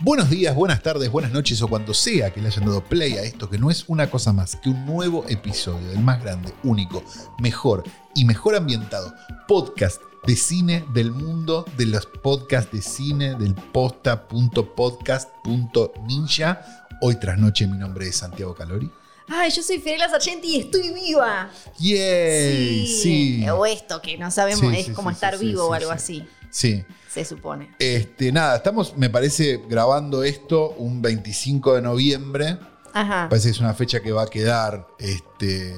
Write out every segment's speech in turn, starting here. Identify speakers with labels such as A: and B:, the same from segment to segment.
A: Buenos días, buenas tardes, buenas noches o cuando sea que le hayan dado play a esto, que no es una cosa más que un nuevo episodio del más grande, único, mejor y mejor ambientado podcast de cine del mundo, de los podcasts de cine del posta.podcast.ninja. Hoy tras noche mi nombre es Santiago Calori.
B: Ay, yo soy Fiorella Sargenti y estoy viva.
A: ¡Yay! Eh, Sí.
B: O esto, que no sabemos,
A: Sí,
B: es
A: sí,
B: como
A: sí,
B: estar
A: sí,
B: vivo
A: sí,
B: o algo
A: sí.
B: así,
A: Sí.
B: se supone.
A: Este, nada, estamos, me parece, grabando esto un 25 de noviembre.
B: Ajá.
A: Parece que es una fecha que va a quedar este,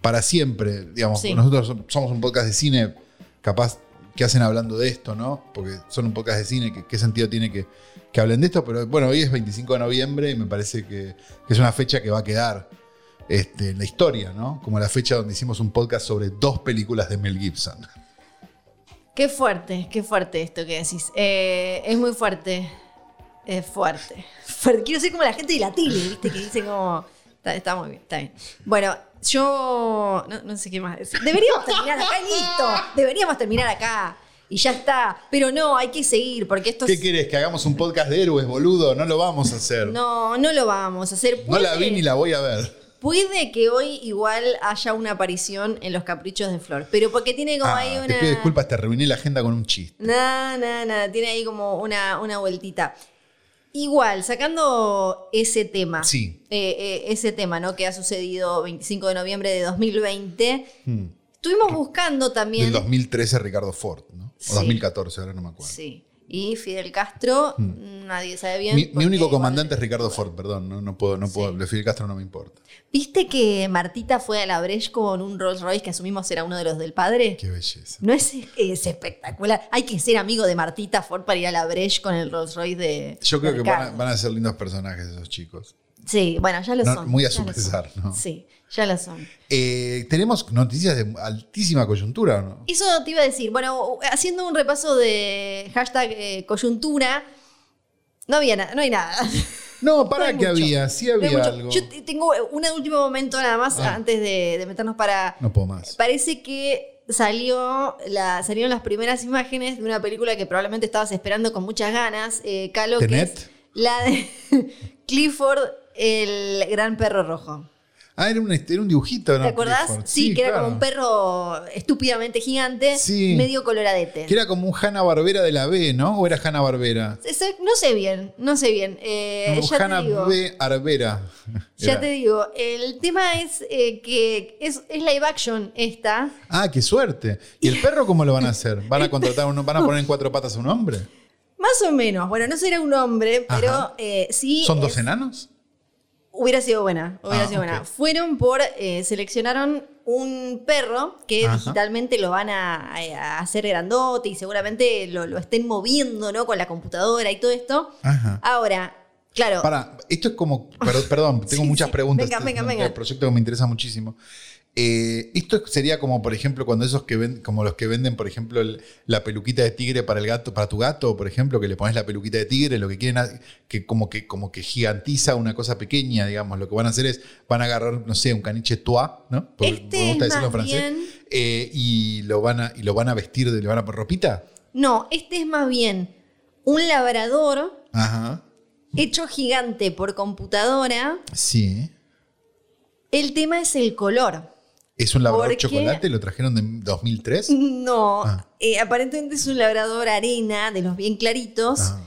A: para siempre. Digamos,
B: Sí.
A: nosotros som- somos un podcast de cine, capaz que hacen hablando de esto, ¿no? Porque son un podcast de cine, que, ¿qué sentido tiene que, que hablen de esto? Pero bueno, hoy es 25 de noviembre y me parece que, que es una fecha que va a quedar este, en la historia, ¿no? Como la fecha donde hicimos un podcast sobre dos películas de Mel Gibson.
B: Qué fuerte, qué fuerte esto que decís. Eh, es muy fuerte. Es fuerte. Fuerte. Quiero ser como la gente de la tele, ¿viste? Que dice como. Está, está muy bien, está bien. Bueno, yo. No, no sé qué más decir. Deberíamos terminar acá, listo. Deberíamos terminar acá. Y ya está. Pero no, hay que seguir, porque esto
A: ¿Qué
B: es-
A: querés? ¿Que hagamos un podcast de héroes, boludo? No lo vamos a hacer. No,
B: No, no lo vamos a hacer.
A: la vi
B: Puede-
A: ni la voy a ver.
B: Puede que hoy igual haya una aparición en los caprichos de Flor, pero porque tiene como
A: Ah,
B: ahí una.
A: Te pido disculpas, te arruiné la agenda con un chiste.
B: No, no, no, tiene ahí como una, una vueltita. Igual, sacando ese tema,
A: Sí.
B: eh, eh, ese tema, ¿no? Que ha sucedido 25 de noviembre de 2020,
A: Hmm.
B: estuvimos buscando también.
A: Del 2013 Ricardo Ford, ¿no? O
B: Sí.
A: 2014, ahora no me acuerdo.
B: Sí. Y Fidel Castro, nadie sabe bien.
A: Mm. Mi, mi
B: porque
A: único
B: igual-
A: comandante es Ricardo Ford, perdón, no, no puedo, no puedo, lo de Fidel Castro no me importa.
B: ¿Viste que Martita fue a la Breche con un Rolls Royce que asumimos era uno de los del padre?
A: Qué belleza.
B: No es, es espectacular. Hay que ser amigo de Martita Ford para ir a la Breche con el Rolls Royce de.
A: Yo creo
B: de
A: que van a,
B: Ricardo.
A: van a ser lindos personajes esos chicos.
B: Sí, bueno, ya lo
A: No,
B: son.
A: muy a
B: ya
A: su
B: lo
A: pesar,
B: son.
A: ¿no?
B: Sí, ya lo son.
A: Eh, Tenemos noticias de altísima coyuntura, ¿o ¿no?
B: Eso te iba a decir. Bueno, haciendo un repaso de hashtag eh, coyuntura, no había nada, no hay nada.
A: No,
B: No
A: para
B: hay
A: que
B: mucho.
A: había, sí
B: No hay
A: había
B: mucho.
A: algo.
B: Yo te- tengo un último momento nada más
A: Ah.
B: antes de, de meternos para.
A: No puedo más.
B: Parece que salió la, salieron las primeras imágenes de una película que probablemente estabas esperando con muchas ganas, eh, Calo, que
A: ¿Tenet?
B: es la de Clifford, el gran perro rojo.
A: Ah, era un, este, era un dibujito, ¿no?
B: ¿Te acordás?
A: Clifford.
B: Sí, que era
A: claro.
B: como un perro estúpidamente gigante,
A: Sí.
B: medio coloradete.
A: Que era como un Hanna Barbera de la B, ¿no? ¿O era Hanna Barbera?
B: Esa- No sé bien, no sé bien. Eh, ya te
A: Hanna
B: digo.
A: B. Arbera.
B: Ya
A: Era.
B: te digo, el tema es eh, que es, es live action esta.
A: Ah, qué suerte. ¿Y el perro cómo lo van a hacer? ¿Van a contratar uno, van a poner en cuatro patas a un hombre?
B: Más o menos, bueno, no será un hombre, pero
A: Ajá.
B: eh, sí.
A: ¿Son dos
B: es-
A: enanos?
B: Hubiera sido buena, hubiera
A: Ah,
B: sido
A: ok.
B: buena. Fueron por, eh, seleccionaron un perro que
A: Ajá.
B: digitalmente lo van a, a hacer grandote y seguramente lo, lo estén moviendo, ¿no? Con la computadora y todo esto.
A: Ajá.
B: Ahora, claro,
A: Para, esto es como, per- perdón, tengo
B: Sí,
A: muchas
B: sí.
A: preguntas.
B: Venga,
A: Este es
B: venga,
A: un
B: venga.
A: proyecto que me interesa muchísimo. Eh, esto es- sería como, por ejemplo, cuando esos que ven, como los que venden, por ejemplo, el- la peluquita de tigre para el gato, para tu gato, por ejemplo, que le pones la peluquita de tigre, lo que quieren, ha- que como que como que gigantiza una cosa pequeña, digamos. Lo que van a hacer es, van a agarrar, no sé, un caniche toa, ¿no? Porque
B: este es más bien...
A: Eh, y lo van a y lo van a vestir de le van a poner ropita
B: No, este es más bien un labrador
A: ajá
B: hecho gigante por computadora.
A: sí ¿eh?
B: El tema es el color.
A: es un labrador
B: ¿Por qué?
A: chocolate lo trajeron de 2003
B: No,
A: Ah.
B: eh, aparentemente es un labrador arena de los bien claritos.
A: Ah,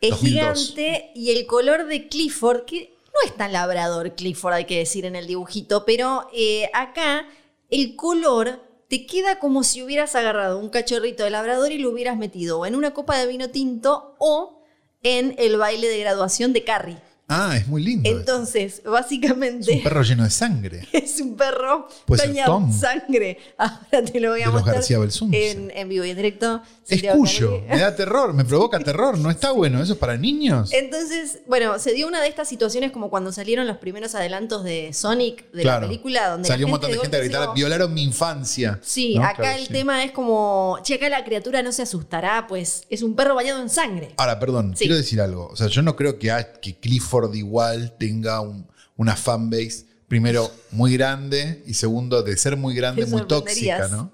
B: Es
A: 2002.
B: gigante y el color de Clifford, que no es tan labrador Clifford, hay que decir en el dibujito, pero eh, acá el color te queda como si hubieras agarrado un cachorrito de labrador y lo hubieras metido o en una copa de vino tinto o en el baile de graduación de Carrie.
A: Ah, es muy lindo.
B: Entonces,
A: es un
B: básicamente
A: perro lleno de sangre.
B: es un perro
A: Puede ser
B: bañado en
A: Tom.
B: sangre. Ahora te lo voy
A: De
B: a
A: los
B: mostrar
A: García Belsunce.
B: en, en vivo y en directo.
A: Es
B: Santiago
A: cuyo.
B: Canelli.
A: Me da terror, me provoca terror. No está bueno. ¿Eso es para niños?
B: Entonces, bueno, se dio una de estas situaciones como cuando salieron los primeros adelantos de Sonic, de la película, donde la
A: Salió un montón de gente a
B: golpe
A: gritar,
B: dice como,
A: violaron mi infancia.
B: Sí,
A: ¿No?
B: acá
A: Claro,
B: el
A: sí.
B: tema es como, che, acá la criatura no se asustará, pues es un perro bañado en sangre.
A: Ahora, perdón,
B: Sí.
A: quiero decir algo. O sea, yo no creo que, a- que Clifford igual tenga un- una fanbase, primero, muy grande y segundo, de ser muy grande,
B: Te
A: muy
B: sorprenderías.
A: tóxica, ¿no?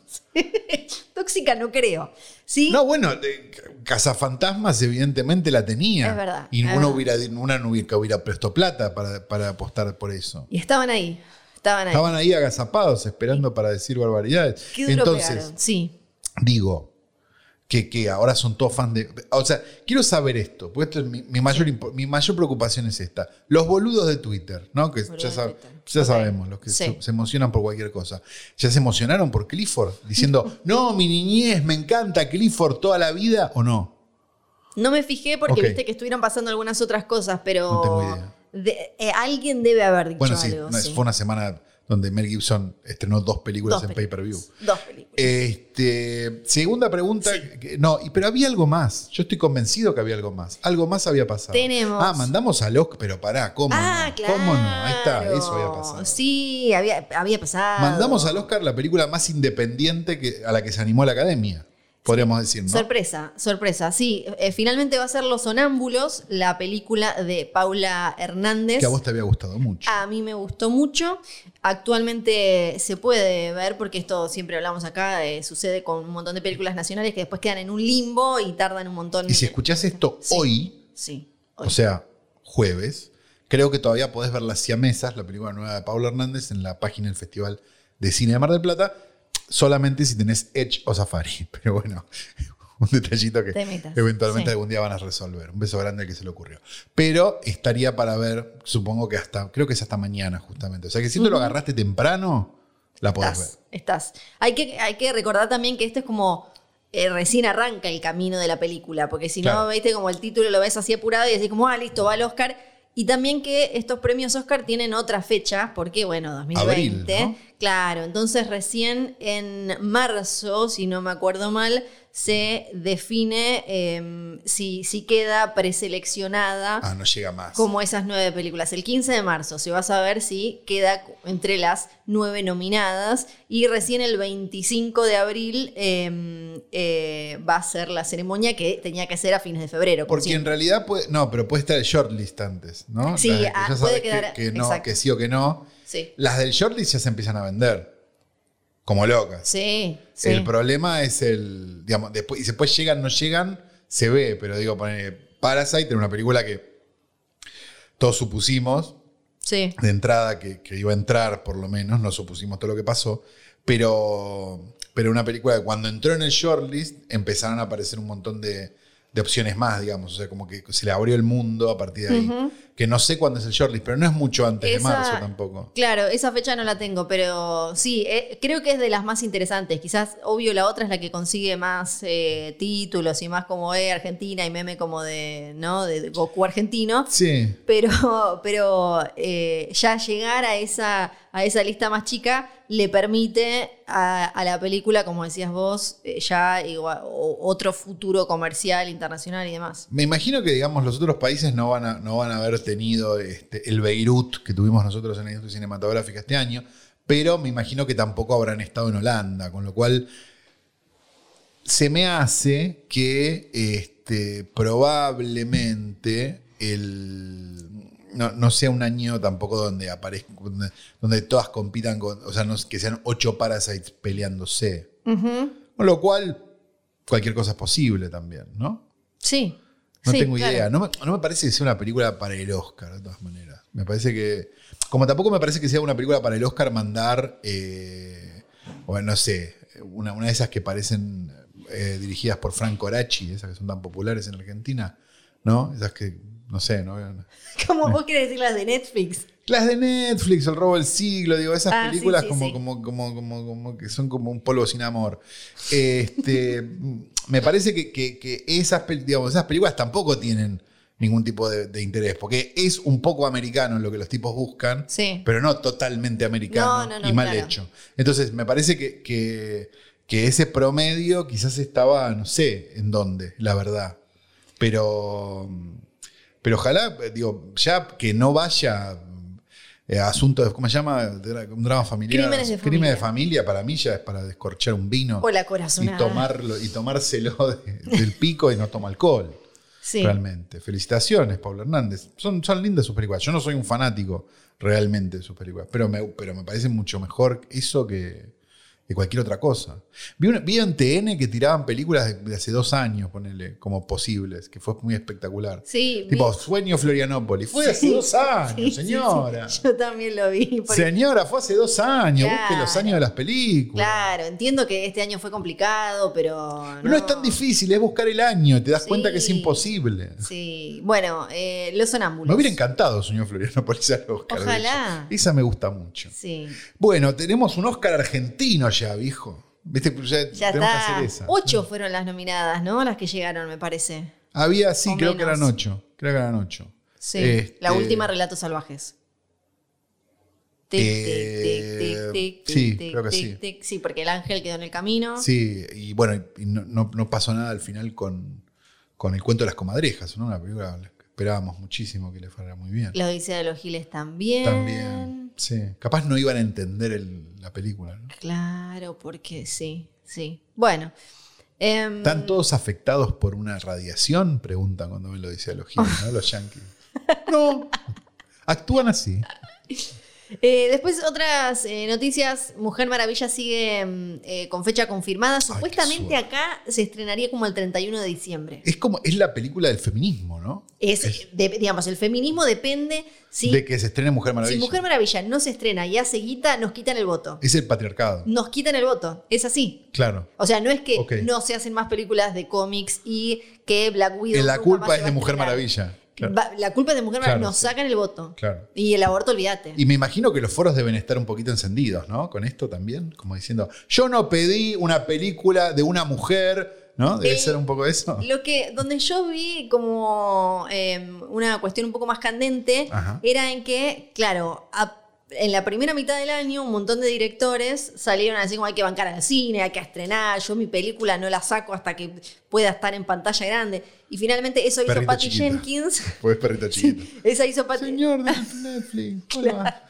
B: Tóxica no creo. Sí,
A: No, bueno, de- Cazafantasmas evidentemente la tenía.
B: Es verdad,
A: Y
B: es
A: uno
B: verdad.
A: hubiera, una no hubiera, hubiera prestado plata para, para apostar por eso.
B: y estaban ahí, estaban ahí.
A: Estaban ahí agazapados esperando para decir barbaridades.
B: ¿Qué duro
A: Entonces,
B: pegaron? Sí.
A: digo, que, que ahora son todos fans de... O sea, quiero saber esto, porque esto es mi, mi mayor, impo- mi mayor preocupación es esta. Los boludos de Twitter, ¿no? Que
B: Boludos
A: ya,
B: de
A: sab-
B: Twitter.
A: ya
B: Ok.
A: sabemos, los que
B: Sí.
A: se, se emocionan por cualquier cosa. Ya se emocionaron por Clifford, diciendo, no, mi niñez, me encanta Clifford toda la vida, o no.
B: No me fijé porque
A: Ok.
B: viste que estuvieron pasando algunas otras cosas, pero
A: No tengo idea.
B: de- eh, alguien debe haber dicho
A: Bueno, sí,
B: algo.
A: no,
B: sí.
A: fue una semana donde Mel Gibson estrenó dos películas
B: Dos
A: en pay-per-view.
B: películas, Dos películas.
A: Este, segunda pregunta.
B: Sí.
A: que- No, y- pero había algo más. Yo estoy convencido que había algo más. Algo más había pasado.
B: Tenemos.
A: Ah, mandamos a Locke, pero pará, ¿cómo?
B: ah,
A: no?
B: claro.
A: ¿Cómo no? Ahí está, eso había pasado.
B: Sí, había, había pasado.
A: Mandamos al Oscar la película más independiente que, a la que se animó la academia, podríamos decir, ¿no?
B: Sorpresa, sorpresa. Sí, eh, finalmente va a ser Los Sonámbulos, la película de Paula Hernández.
A: que a vos te había gustado mucho.
B: A mí me gustó mucho. Actualmente se puede ver, porque esto siempre hablamos acá, eh, sucede con un montón de películas nacionales que después quedan en un limbo y tardan un montón.
A: y si escuchás esto
B: Sí.
A: hoy,
B: Sí.
A: o sea, jueves, creo que todavía podés ver Las Siamesas, la película nueva de Pablo Hernández, en la página del Festival de Cine de Mar del Plata, solamente si tenés Edge o Safari. Pero bueno, un detallito que
B: Te metas,
A: eventualmente
B: sí.
A: algún día van a resolver. Un beso grande al que se le ocurrió. Pero estaría para ver, supongo que hasta, creo que es hasta mañana justamente. O sea que si tú lo agarraste temprano, la podés ver.
B: Estás, estás. Hay que, hay que recordar también que esto es como eh, recién arranca el camino de la película, porque si
A: Claro.
B: no, viste como el título lo ves así apurado y decís como, ah, listo, va al Oscar. Y también que estos premios Oscar tienen otra fecha, porque bueno, 2020.
A: Abril, ¿no?
B: Claro, entonces recién en marzo, si no me acuerdo mal, se define em, si, si queda preseleccionada
A: Ah, no llega más.
B: como esas nueve películas. El 15 de marzo se va a saber si queda entre las nueve nominadas y recién el 25 de abril eh, eh, va a ser la ceremonia que tenía que ser a fines de febrero. como
A: Porque en
B: siempre.
A: realidad puede. No, pero puede estar el shortlist antes, ¿no?
B: Sí,
A: Las de que
B: ah,
A: ya
B: puede
A: sabes que-
B: quedar-
A: que, no,
B: exacto.
A: que sí o que no.
B: Sí,
A: Las del shortlist ya se empiezan a vender. Como locas.
B: sí, sí.
A: El problema es el. Digamos, después, y después llegan, no llegan, se ve, pero digo, poner Parasite era una película que todos supusimos
B: sí.
A: de entrada que, que iba a entrar, por lo menos, no supusimos todo lo que pasó, pero, pero una película que cuando entró en el shortlist empezaron a aparecer un montón de, de opciones más, digamos, o sea, como que se le abrió el mundo a partir de ahí.
B: Ujú.
A: Que no sé cuándo es el shortlist, pero no es mucho antes de
B: Esa-
A: marzo tampoco.
B: Claro, esa fecha no la tengo, pero sí, eh, creo que es de las más interesantes. Quizás, obvio, la otra es la que consigue más eh, títulos y más como eh, Argentina y meme como de, ¿no? De Goku argentino.
A: Sí.
B: pero, pero eh, ya llegar a esa, a esa lista más chica le permite a, a la película, como decías vos, eh, ya igual- o- otro futuro comercial, internacional y demás.
A: Me imagino que, digamos, los otros países no van a, no van a haber tenido este, el Beirut que tuvimos nosotros en la industria cinematográfica este año, pero me imagino que tampoco habrán estado en Holanda, con lo cual se me hace que este, probablemente el, no, no sea un año tampoco donde aparezca, donde, donde todas compitan, con, o sea, no, que sean ocho Parasites peleándose. Con lo cual, cualquier cosa es posible también, ¿no?
B: Sí.
A: No
B: Sí,
A: tengo
B: claro.
A: idea. No me, no me parece que sea una película para el Oscar, de todas maneras. Me parece que. Como tampoco me parece que sea una película para el Oscar mandar. eh, bueno, no sé. Una, una de esas que parecen eh, dirigidas por Franco Orachi, esas que son tan populares en Argentina, ¿no? Esas que. No sé, ¿no?
B: Como vos querés decir las de Netflix.
A: Las de Netflix, El robo del siglo, digo, esas
B: Ah, sí,
A: películas
B: sí,
A: como,
B: sí.
A: Como, como, como, como que son como un polvo sin amor. Este, me parece que, que- que esas, pel- digamos, esas películas tampoco tienen ningún tipo de, de interés. Porque es un poco americano lo que los tipos buscan,
B: Sí.
A: pero no totalmente americano
B: No, no, no,
A: y mal
B: claro.
A: hecho. Entonces, me parece que, que- que ese promedio quizás estaba, no sé en dónde, la verdad. Pero, pero ojalá, eh, digo, ya que no vaya eh, asuntos, de- ¿cómo se llama? Dra- Un drama familiar.
B: Crímenes de
A: Crimen
B: familia.
A: de familia, para mí ya es para descorchar un vino
B: O la
A: y,
B: corazonada.
A: tomarlo, y tomárselo de- del pico y no toma alcohol.
B: Sí.
A: Realmente. Felicitaciones, Pablo Hernández. Son, son lindas sus películas. Yo no soy un fanático realmente de sus películas, pero me, pero me parece mucho mejor eso que, que cualquier otra cosa. Vi, una- vi en TN que tiraban películas de, de hace dos años, ponele, como posibles, que fue muy espectacular.
B: Sí.
A: Tipo,
B: vi-
A: Sueño Florianópolis. Fue hace
B: Sí.
A: dos años,
B: sí, sí,
A: señora.
B: sí. Yo también lo vi. porque-
A: Señora, fue hace dos años. Busque los
B: Claro.
A: años de las películas.
B: Claro, entiendo que este año fue complicado, pero. No,
A: Pero no es tan difícil, es buscar el año. Te das
B: Sí.
A: cuenta que es imposible.
B: Sí. Bueno, eh, los sonámbulos.
A: Me hubiera encantado, señor Florianópolis, al Oscar. de
B: Ojalá.
A: hecho. Esa me gusta mucho.
B: Sí.
A: Bueno, tenemos un Oscar argentino ya, viejo. ¿Viste? Ya,
B: Ya
A: tenemos que
B: está.
A: hacer esa.
B: Ocho fueron las nominadas, ¿no? Las que llegaron, me parece.
A: Había, sí,
B: O
A: creo que
B: menos.
A: eran ocho. Creo que eran ocho.
B: Sí.
A: Este,
B: La última, Relatos Salvajes. Tic,
A: Eh,
B: tic, tic, tic, tic,
A: sí,
B: tic, tic,
A: creo que
B: tic,
A: sí.
B: tic. Sí, porque el ángel quedó en el camino.
A: Sí, y bueno, y no, no- no pasó nada al final con, con el cuento de las comadrejas, ¿no? Una película que esperábamos muchísimo que le fuera muy bien.
B: La Odisea de los Giles también.
A: También. Sí. Capaz no iban a entender el- la película, ¿no?
B: Claro, porque sí, sí. Bueno. em,
A: ¿Están todos afectados por una radiación? Preguntan cuando me lo dice a los giles, ¿no? Los yankees. No. Actúan así.
B: eh, después otras eh, noticias. Mujer Maravilla sigue em, eh, con fecha confirmada. Supuestamente
A: suerte.
B: acá se estrenaría como el 31 de diciembre.
A: Es como, es la película del feminismo, ¿no?
B: Es, de- digamos, el feminismo depende si,
A: De que se estrene Mujer Maravilla.
B: si Mujer Maravilla no se estrena y hace guita, nos quitan el voto.
A: Es el patriarcado.
B: Nos quitan el voto. Es así.
A: Claro.
B: O sea, no es que
A: Ok.
B: no se hacen más películas de cómics y que Black Widow.
A: Eh, la
B: nunca
A: culpa es
B: más se va
A: de
B: a
A: Mujer
B: estrenar.
A: Maravilla. Claro.
B: Va- la culpa es de Mujer
A: Claro,
B: Maravilla. Nos
A: sí.
B: sacan el voto.
A: claro.
B: Y el aborto, olvídate.
A: Y me imagino que los foros deben estar un poquito encendidos, ¿no? Con esto también, como diciendo, yo no pedí una película de una mujer, ¿no? Debe
B: Eh,
A: ser un poco eso.
B: Lo que, donde yo vi como eh, una cuestión un poco más candente
A: Ajá.
B: era en que, claro, a- en la primera mitad del año un montón de directores salieron así como hay que bancar al cine, hay que estrenar, yo mi película no la saco hasta que pueda estar en pantalla grande. Y finalmente eso hizo
A: Perrito
B: Patty
A: chiquita.
B: Jenkins.
A: Pues perrito chiquito.
B: Esa hizo Patty
A: Señor de Netflix. hola.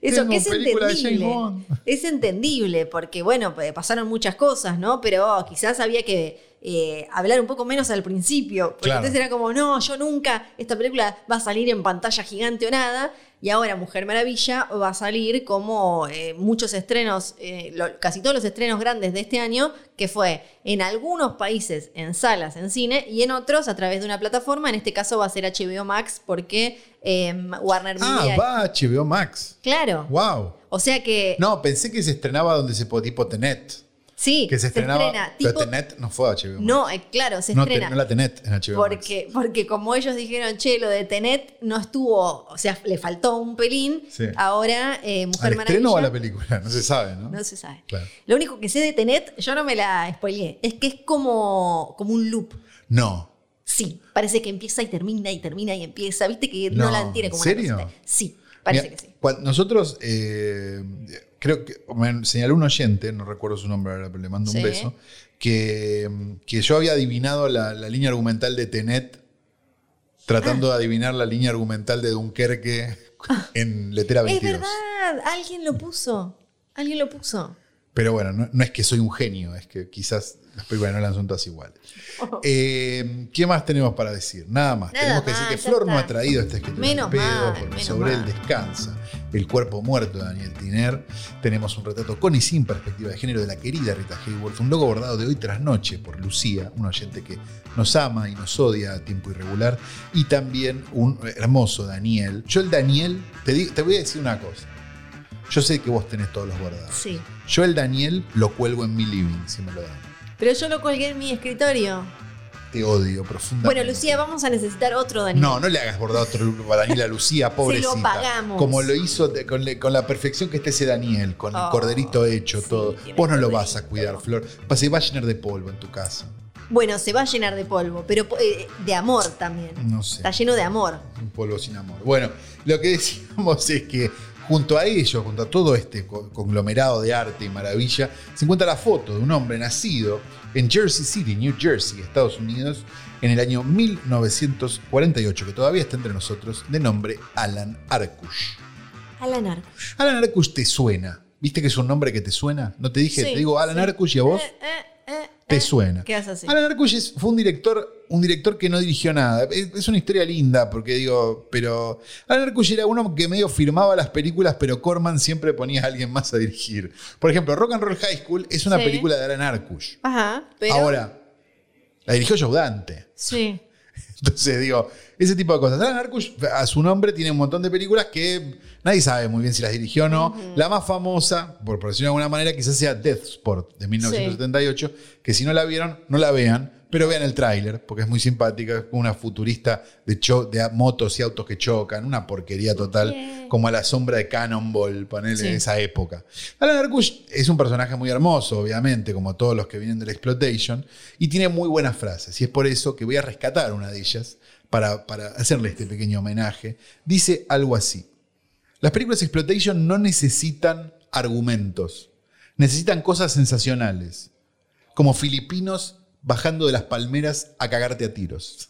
B: Eso
A: Tengo
B: que es
A: película de James
B: entendible.
A: Bond.
B: Es entendible, porque bueno, pues, pasaron muchas cosas, ¿no? Pero oh, quizás había que eh, hablar un poco menos al principio. Porque
A: Claro.
B: antes era como, no, yo nunca, esta película va a salir en pantalla gigante o nada. Y ahora Mujer Maravilla va a salir como eh, muchos estrenos, eh, lo- casi todos los estrenos grandes de este año, que fue en algunos países en salas, en cine, y en otros a través de una plataforma. En este caso va a ser HBO Max, porque eh, Warner
A: Ah,
B: Media.
A: va a HBO Max.
B: Claro.
A: Wow.
B: O sea que.
A: No, pensé que se estrenaba donde se podía, tipo Tenet.
B: sí,
A: Que se estrenaba.
B: estrena.
A: pero
B: tipo-
A: Tenet no fue a HBO Max.
B: no, eh, claro, se
A: no, te-
B: estrena.
A: no la Tenet en HBO Max.
B: porque, porque como ellos dijeron, che, lo de Tenet no estuvo. O sea, le faltó un pelín.
A: Sí.
B: Ahora, eh, Mujer
A: ¿Al estreno o a la
B: Maravilla-
A: película? No se sabe, ¿no?
B: No se sabe.
A: Claro.
B: Lo único que sé de Tenet, yo no me la spoileé, es que es como, como un loop.
A: No.
B: Sí, parece que empieza y termina y termina y empieza. ¿Viste que no,
A: No,
B: la tiene como
A: ¿en serio?
B: una cosita? Sí, parece
A: Mira,
B: que sí.
A: cuan- Nosotros, eh, creo que me señaló un oyente, no recuerdo su nombre ahora, pero le mando
B: Sí.
A: un beso, que, que yo había adivinado la, la línea argumental de Tenet,
B: Ah.
A: tratando de adivinar la línea argumental de Dunkerque en Letera
B: Es
A: 22.
B: verdad, alguien lo puso. Alguien lo puso.
A: Pero bueno, no, no es que soy un genio, es que quizás las películas de Nolan son todas iguales. Eh, ¿Qué más tenemos para decir? Nada más.
B: Nada
A: tenemos que
B: más,
A: decir que
B: ya
A: Flor no
B: está.
A: ha traído este escritura
B: Menos
A: al pedo,
B: mal,
A: porque
B: menos
A: sobre
B: mal.
A: él descansa el cuerpo muerto de Daniel Tiner. Tenemos un retrato con y sin perspectiva de género de la querida Rita Hayworth, un logo bordado de hoy tras noche por Lucía, un oyente que nos ama y nos odia a tiempo irregular, y también un hermoso Daniel. Yo el Daniel, te, di- te voy a decir una cosa. Yo sé que vos tenés todos los bordados.
B: Sí.
A: Yo el Daniel lo cuelgo en mi living, si me lo dan.
B: Pero yo lo colgué en mi escritorio.
A: Te odio profundamente.
B: Bueno, Lucía, vamos a necesitar otro, Daniel.
A: No, no le hagas bordado otro a Daniela Lucía, pobrecita.
B: pagamos.
A: Como lo hizo de- con, le- con la perfección que está ese Daniel, con el
B: Oh,
A: corderito hecho,
B: sí,
A: todo.
B: tiene
A: Vos no lo
B: corderito.
A: vas a cuidar, Flor. Pase, va a llenar de polvo en tu casa.
B: Bueno, se va a llenar de polvo, pero eh, de amor también.
A: No sé.
B: Está lleno de amor.
A: Un polvo sin amor. Bueno, lo que decíamos es que junto a ellos, junto a todo este co- conglomerado de arte y maravilla, se encuentra la foto de un hombre nacido en Jersey City, New Jersey, Estados Unidos, en el año 1948, que todavía está entre nosotros, de nombre Alan Arkush.
B: Alan Arkush.
A: Alan Arkush te suena. ¿Viste que es un nombre que te suena? No te dije,
B: Sí,
A: te digo Alan
B: sí.
A: Arkush y a vos
B: Eh, eh, eh,
A: te
B: eh.
A: suena.
B: ¿Qué haces así?
A: Alan Arkush es- fue un director, un director que no dirigió nada. Es, es una historia linda, porque digo, pero. Alan Arkush era uno que medio firmaba las películas, pero Corman siempre ponía a alguien más a dirigir. Por ejemplo, Rock and Roll High School es una
B: Sí.
A: película de Alan Arkush.
B: Ajá, pero.
A: Ahora, la dirigió Joe Dante.
B: Sí.
A: Entonces, digo, ese tipo de cosas. Alan Arkush, a su nombre, tiene un montón de películas que nadie sabe muy bien si las dirigió o no. La más famosa, por, por decirlo de alguna manera, quizás sea Death Sport de 1978, que si no la vieron, no la vean, pero vean el tráiler, porque es muy simpática. Es como una futurista de, cho- de a- motos y autos que chocan, una porquería total, como a la sombra de Cannonball, panel
B: Sí.
A: de esa época. Alan Arkush es un personaje muy hermoso, obviamente, como todos los que vienen de la Exploitation, y tiene muy buenas frases, y es por eso que voy a rescatar una de ellas para, para hacerle este pequeño homenaje. Dice algo así. Las películas Exploitation no necesitan argumentos, necesitan cosas sensacionales, como filipinos bajando de las palmeras a cagarte a tiros.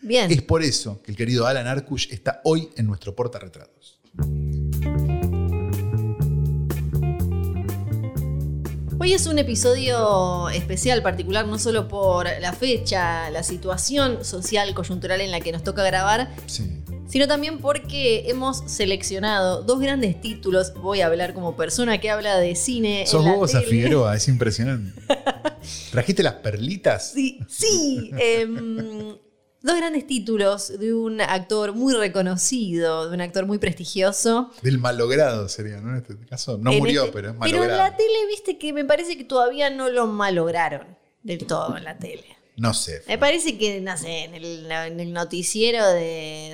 B: Bien.
A: Es por eso que el querido Alan Arkush está hoy en nuestro portarretratos.
B: Hoy es un episodio especial, particular, no solo por la fecha, la situación social, coyuntural en la que nos toca grabar,
A: Sí.
B: sino también porque hemos seleccionado dos grandes títulos. Voy a hablar como persona que habla de cine. en
A: Sos
B: la
A: vos a
B: tele.
A: Figueroa, es impresionante. ¿Trajiste las perlitas?
B: Sí, sí. em, dos grandes títulos de un actor muy reconocido, de un actor muy prestigioso.
A: Del malogrado sería, ¿no? En este caso, no
B: En
A: murió,
B: este-
A: pero es
B: Pero en
A: malogrado.
B: la tele, viste que me parece que todavía no lo malograron del todo en la tele.
A: No sé.
B: Me parece que, no sé, en el, en el noticiero de,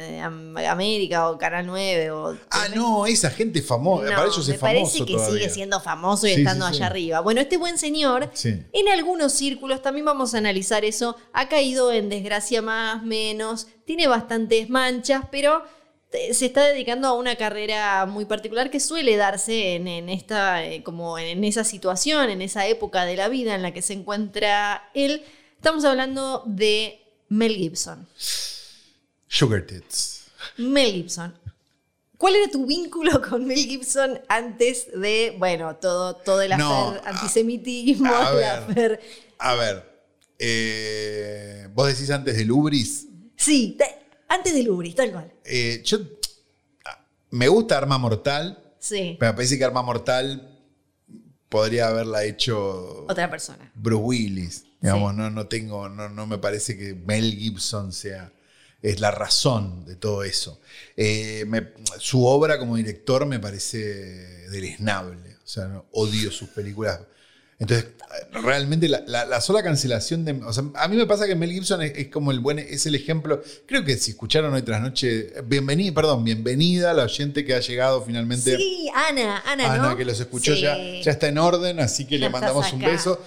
B: de Am- América o Canal 9 o...
A: Ah, no, esa gente famosa.
B: No,
A: para ellos
B: me
A: es famoso.
B: parece que
A: todavía.
B: sigue siendo famoso y
A: Sí,
B: estando
A: sí, sí.
B: allá arriba. Bueno, este buen señor,
A: Sí.
B: en algunos círculos, también vamos a analizar eso, ha caído en desgracia más, menos, tiene bastantes manchas, pero te- se está dedicando a una carrera muy particular que suele darse en, en esta, eh, como en esa situación, en esa época de la vida en la que se encuentra él. Estamos hablando de Mel Gibson.
A: Sugar Tits.
B: Mel Gibson. ¿Cuál era tu vínculo con Mel Gibson antes de, bueno, todo, todo el
A: No,
B: afer
A: a-
B: antisemitismo,
A: a
B: el
A: ver.
B: afer-
A: A ver. eh, Vos decís antes de Lubris.
B: Sí, te- antes de Lubris, tal cual.
A: Eh, yo. ah, Me gusta Arma Mortal,
B: Sí,
A: pero me parece que Arma Mortal podría haberla hecho
B: otra persona.
A: Bruce Willis. Digamos, no, no tengo, no, no me parece que Mel Gibson sea es la razón de todo eso. Eh, me- su obra como director me parece deleznable. O sea, no, odio sus películas. Entonces, realmente la, la- la sola cancelación de. O sea, a mí me pasa que Mel Gibson es, es como el buen. Es el ejemplo. Creo que si escucharon hoy tras noche. Bienvenida, perdón, bienvenida a la oyente que ha llegado finalmente.
B: Sí, Ana, Ana,
A: Ana,
B: ¿no?
A: que los escuchó
B: Sí.
A: ya, ya está en orden, así que
B: Ya
A: le
B: estás
A: mandamos un
B: acá.
A: beso.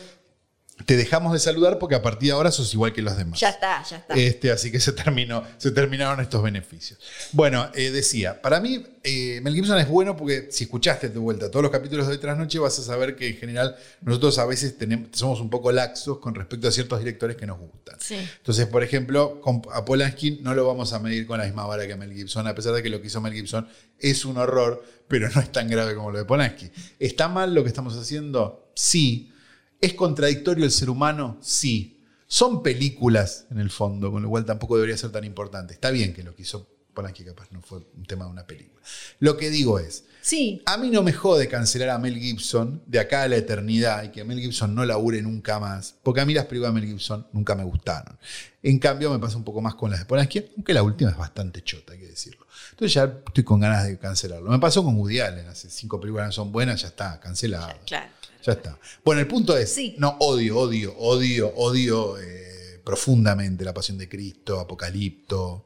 A: Te dejamos de saludar porque a partir de ahora sos igual que los demás.
B: Ya está, ya está.
A: Este, así que se, terminó, se terminaron estos beneficios. Bueno, eh, decía, para mí eh, Mel Gibson es bueno porque si escuchaste de vuelta todos los capítulos de hoy tras noche vas a saber que en general nosotros a veces tenemos, somos un poco laxos con respecto a ciertos directores que nos gustan.
B: sí.
A: Entonces, por ejemplo, con- a Polanski no lo vamos a medir con la misma vara que a Mel Gibson, a pesar de que lo que hizo Mel Gibson es un horror, pero no es tan grave como lo de Polanski. ¿Está mal lo que estamos haciendo? Sí. ¿Es contradictorio el ser humano? Sí. Son películas, en el fondo, con lo cual tampoco debería ser tan importante. Está bien que lo que hizo Polanski capaz no fue un tema de una película. Lo que digo es,
B: Sí,
A: a mí no me jode cancelar a Mel Gibson de acá a la eternidad y que Mel Gibson no labure nunca más, porque a mí las películas de Mel Gibson nunca me gustaron. En cambio, me pasa un poco más con las de Polanski, aunque la última es bastante chota, hay que decirlo. Entonces ya estoy con ganas de cancelarlo. Me pasó con Woody Allen, hace cinco películas que no son buenas, ya está, cancelado.
B: claro.
A: Ya está. Bueno, el punto es,
B: Sí.
A: no, odio, odio, odio, odio eh, profundamente la pasión de Cristo, Apocalipto,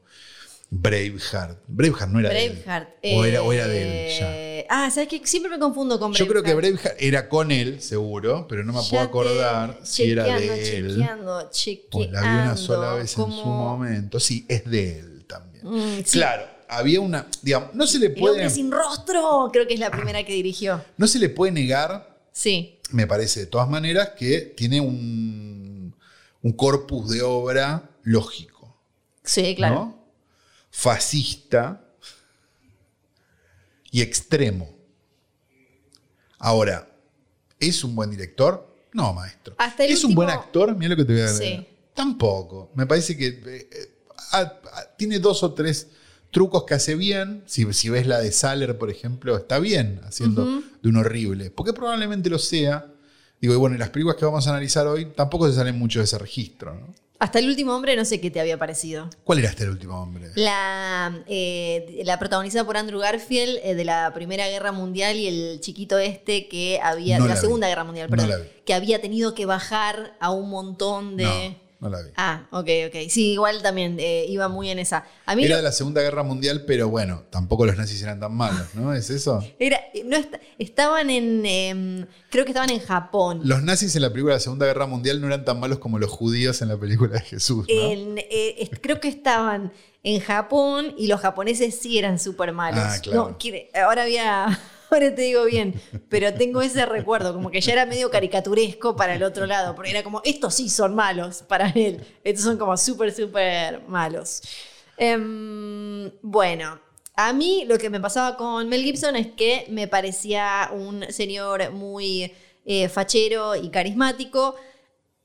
A: Braveheart. Braveheart no era de él.
B: Braveheart.
A: O
B: eh,
A: era, o era de él ya.
B: eh, Ah, ¿sabes que Siempre me confundo con
A: Yo
B: Braveheart.
A: creo que Braveheart era con él, seguro, pero no me puedo
B: Ya te-
A: acordar si era de él.
B: Chequeando, chequeando,
A: Pues la vi una sola
B: chequeando,
A: vez en su
B: como-
A: momento. Sí, es de él también.
B: Mm, sí.
A: Claro, había una. Digamos, no se le
B: El hombre
A: puede.
B: sin rostro, creo que es la primera que dirigió.
A: No se le puede negar,
B: Sí.
A: me parece, de todas maneras, que tiene un, un corpus de obra lógico.
B: Sí, claro.
A: ¿no? Fascista y extremo. Ahora, ¿es un buen director? No, maestro.
B: Hasta el
A: ¿Es un buen
B: último-
A: actor? Mira lo que te voy a decir.
B: Sí.
A: Tampoco. Me parece que eh, eh, ah, ah, tiene dos o tres trucos que hace bien. Si, si ves la de Saller, por ejemplo, está bien haciendo de un horrible. Porque probablemente lo sea. Digo, y bueno, y las películas que vamos a analizar hoy tampoco se salen mucho de ese registro. ¿no?
B: Hasta el último hombre no sé qué te había parecido.
A: ¿Cuál era este el último hombre?
B: La, eh, la protagonizada por Andrew Garfield eh, de la Primera Guerra Mundial y el chiquito este que había,
A: No
B: de la,
A: la vi.
B: Segunda Guerra Mundial,
A: No
B: perdón,
A: la vi.
B: que había tenido que bajar a un montón de...
A: No, no la vi.
B: Ah, ok, ok. Sí, igual también eh, iba muy en esa. A mí
A: Era
B: lo-
A: de la Segunda Guerra Mundial, pero bueno, tampoco los nazis eran tan malos, ¿no? ¿Es eso?
B: era- no est- estaban en... em, creo que estaban en Japón.
A: Los nazis en la película de la Segunda Guerra Mundial no eran tan malos como los judíos en la película de Jesús, ¿no?
B: En, eh, es- creo que estaban en Japón y los japoneses sí eran súper malos.
A: Ah, claro.
B: No, quiere- ahora había, ahora te digo bien, pero tengo ese recuerdo, como que ya era medio caricaturesco para el otro lado, porque era como, estos sí son malos para él, estos son como súper, súper malos. Em, bueno, a mí lo que me pasaba con Mel Gibson es que me parecía un señor muy eh, fachero y carismático.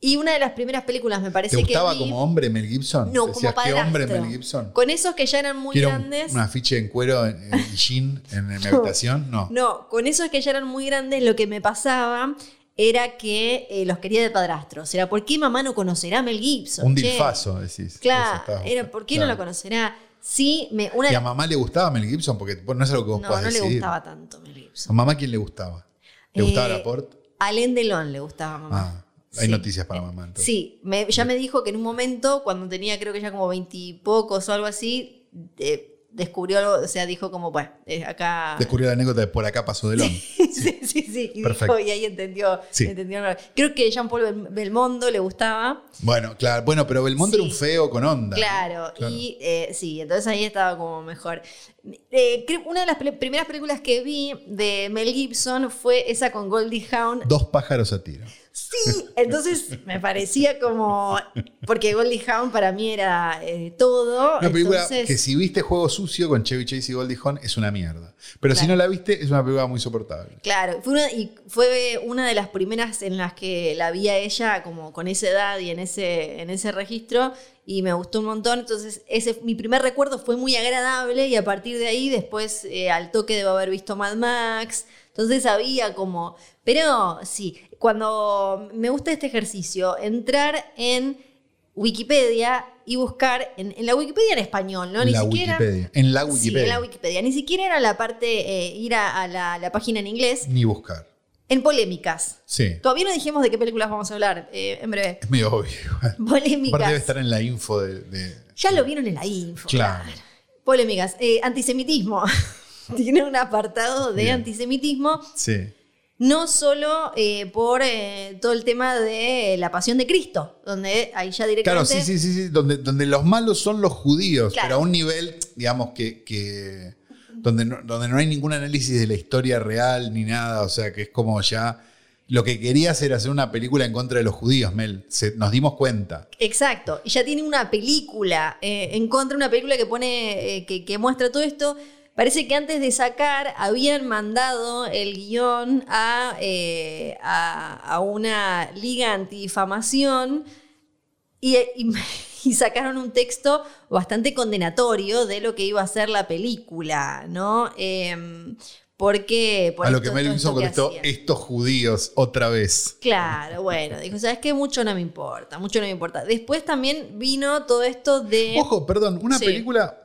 B: Y una de las primeras películas me parece
A: ¿Te gustaba
B: que. vi-
A: como hombre Mel Gibson?
B: No,
A: Decías,
B: como
A: ¿qué
B: padrastro.
A: hombre Mel Gibson?
B: Con esos que ya eran muy
A: ¿Quiero un,
B: grandes.
A: un afiche en cuero en- en- y jean en, en mi habitación? No.
B: No, con esos que ya eran muy grandes, lo que me pasaba era que eh, los quería de padrastros. Era, ¿por qué mamá no conocerá a Mel Gibson?
A: Un
B: che?
A: dilfazo, decís. Eso
B: Claro,
A: estabas
B: era,
A: buscando.
B: ¿por qué no
A: Claro.
B: la conocerá? Sí, me, una
A: ¿Y a mamá le gustaba Mel Gibson? Porque bueno, no es algo que vos
B: No,
A: puedas
B: no le
A: decidir.
B: gustaba tanto Mel
A: ¿A
B: Gibson.
A: mamá quién le gustaba? ¿Le gustaba
B: Eh,
A: Laporte?
B: Alain Delon le gustaba a mamá.
A: Ah, hay
B: Sí.
A: noticias para mamá entonces.
B: Sí, me- ya me dijo que en un momento, cuando tenía creo que ya como veintipocos o algo así, eh, descubrió algo, o sea, dijo como, bueno, eh, acá...
A: Descubrió la anécdota de por acá pasó Delon.
B: sí, sí, sí. Y,
A: Perfecto.
B: dijo- y ahí entendió.
A: Sí.
B: entendió. Creo que Jean Paul Bel- Belmondo le gustaba.
A: Bueno, claro, bueno, pero Belmondo
B: Sí.
A: era un feo con onda.
B: Claro,
A: Claro.
B: y eh, sí, entonces ahí estaba como mejor. Eh, creo- una de las pel- primeras películas que vi de Mel Gibson fue esa con Goldie Hawn.
A: Dos pájaros a tiro.
B: Sí, entonces me parecía como. Porque Goldie Hawn para mí era eh, todo.
A: Una película
B: entonces,
A: que si viste Juego Sucio con Chevy Chase y Goldie Hawn es una mierda. Pero si
B: Claro.
A: no la viste, es una película muy soportable.
B: Claro, fue una, y fue una de las primeras en las que la vi a ella como con esa edad y en ese, en ese registro y me gustó un montón. Entonces, ese, mi primer recuerdo fue muy agradable y a partir de ahí después eh, al toque debo haber visto Mad Max. Entonces había como... Pero sí, cuando me gusta este ejercicio, entrar en Wikipedia y buscar en, en la Wikipedia en español, ¿no? Ni
A: la
B: siquiera...
A: Wikipedia. En la
B: Sí, en
A: Wikipedia.
B: la Wikipedia. Ni siquiera era la parte, eh, ir a, a la- la página en inglés,
A: Ni buscar.
B: en polémicas.
A: Sí.
B: Todavía no dijimos de qué películas vamos a hablar, eh, en breve.
A: Es medio obvio. igual. Aparte debe
B: Polémicas.
A: estar en la info de. de-
B: Ya lo vieron en la info.
A: Claro.
B: Polémicas. Eh, antisemitismo. Tiene un apartado de
A: Bien.
B: antisemitismo,
A: Sí.
B: no solo eh, por eh, todo el tema de la pasión de Cristo, donde ahí ya
A: Claro,
B: directamente...
A: sí, sí, sí, sí. Donde, donde los malos son los judíos,
B: Claro.
A: pero a un nivel, digamos, que. que- donde, no, donde no hay ningún análisis de la historia real ni nada. O sea, que es como ya. Lo que querías era hacer una película en contra de los judíos, Mel. Se- nos dimos cuenta.
B: Exacto. Y ya tiene una película eh, en contra, una película que pone, eh, que, que muestra todo esto. Parece que antes de sacar habían mandado el guión a, eh, a, a una liga antidifamación y, y- y sacaron un texto bastante condenatorio de lo que iba a ser la película, ¿no? Em, porque por
A: a lo
B: esto-
A: que Mel
B: todo esto
A: Gibson
B: que
A: contestó,
B: hacían.
A: estos judíos, otra vez.
B: Claro, bueno, dijo, ¿sabes qué? Mucho no me importa, mucho no me importa. Después también vino todo esto de...
A: Ojo, perdón, una
B: Eh, sí.
A: película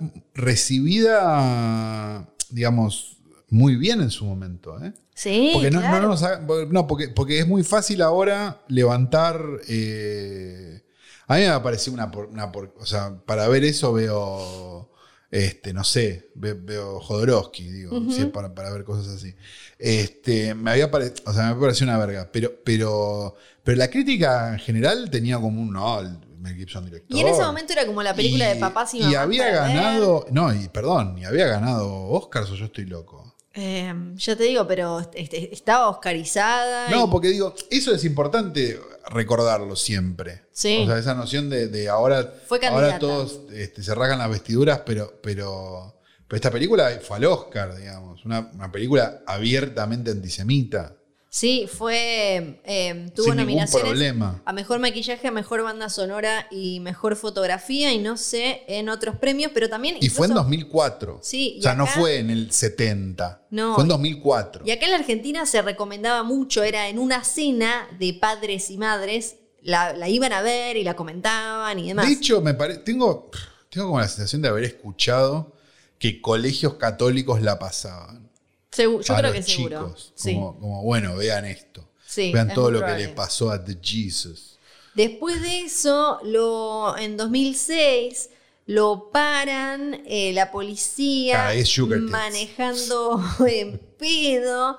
A: recibida, digamos, muy bien en su momento. ¿eh?
B: sí,
A: Porque, no,
B: claro.
A: no nos haga- no, porque, porque es muy fácil ahora levantar... eh, a mí me ha parecido una... por- una por- o sea, para ver eso veo... Este, no sé, ve- veo Jodorowsky, digo,
B: Ujú.
A: si es para, para ver cosas así. Este, me había parecido, o sea, me pareció una verga, pero, pero, pero la crítica en general tenía como un, no, el Mel Gibson director.
B: Y en ese momento era como la película
A: Y-
B: de papás y
A: Y
B: mamás
A: había
B: para ver.
A: ganado, no, y perdón, y había ganado Oscars o yo estoy loco.
B: Eh, ya te digo, pero este, estaba oscarizada.
A: No,
B: y-
A: porque digo, eso es importante recordarlo siempre.
B: Sí.
A: O sea, esa noción de, de ahora,
B: Fue
A: ahora
B: candidata.
A: todos este, se rasgan las vestiduras, pero, pero, pero esta película fue al Oscar, digamos. Una, una película abiertamente antisemita.
B: Sí, fue. eh, tuvo
A: sin ningún
B: nominaciones
A: problema.
B: a mejor maquillaje, a mejor banda sonora y mejor fotografía, y no sé, en otros premios, pero también.
A: Y fue en
B: incluso-
A: 2004.
B: Sí, y
A: o sea, no
B: acá-
A: fue en el 70.
B: No.
A: Fue en 2004.
B: Y acá en la Argentina se recomendaba mucho, era en una cena de padres y madres, la, la iban a ver y la comentaban y demás.
A: De hecho, me pare- tengo, tengo como la sensación de haber escuchado que colegios católicos la pasaban.
B: Segu- yo
A: a
B: creo
A: los
B: que seguro.
A: chicos.
B: Sí,
A: Como, como, bueno, vean esto.
B: sí,
A: vean
B: es
A: todo
B: muy
A: lo que
B: probable.
A: le pasó a The Jesus.
B: Después de eso, lo, en 2006 lo paran eh, la policía
A: Ah, es Sugar Tits.
B: manejando en pedo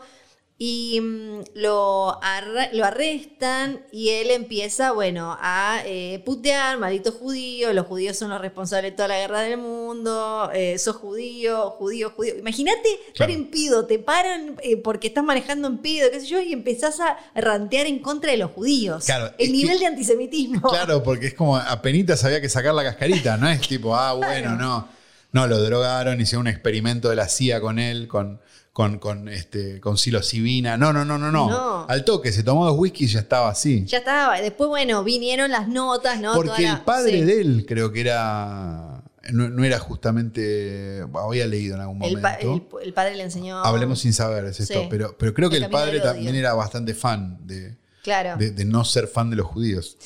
B: y mm, lo, arra- lo arrestan y él empieza, bueno, a eh, putear, maldito judío, los judíos son los responsables de toda la guerra del mundo, eh, sos judío, judío, judío. Imagínate estar
A: Claro.
B: en pedo, te paran eh, porque estás manejando en pedo, qué sé yo, y empezás a rantear en contra de los judíos.
A: Claro, es
B: el nivel
A: que-
B: de antisemitismo.
A: Claro, porque es como apenas había que sacar la cascarita, ¿no? Es tipo, ah, bueno, no. No, lo drogaron, hicieron un experimento de la CIA con él, con, con, con, este, con psilocibina. No, no, no, no, no,
B: No.
A: Al toque, se tomó dos whisky y ya estaba así.
B: Ya estaba. Después, bueno, vinieron las notas, ¿no? Toda
A: Porque
B: la-
A: el padre
B: sí.
A: de él creo que era. No, no era justamente. Había leído en algún momento.
B: El, pa- el- el padre le enseñó.
A: Hablemos sin saber, es esto.
B: Sí.
A: Pero, pero creo que
B: El
A: el,
B: camino
A: padre
B: del odio.
A: también era bastante fan de,
B: Claro.
A: de- de no ser fan de los judíos.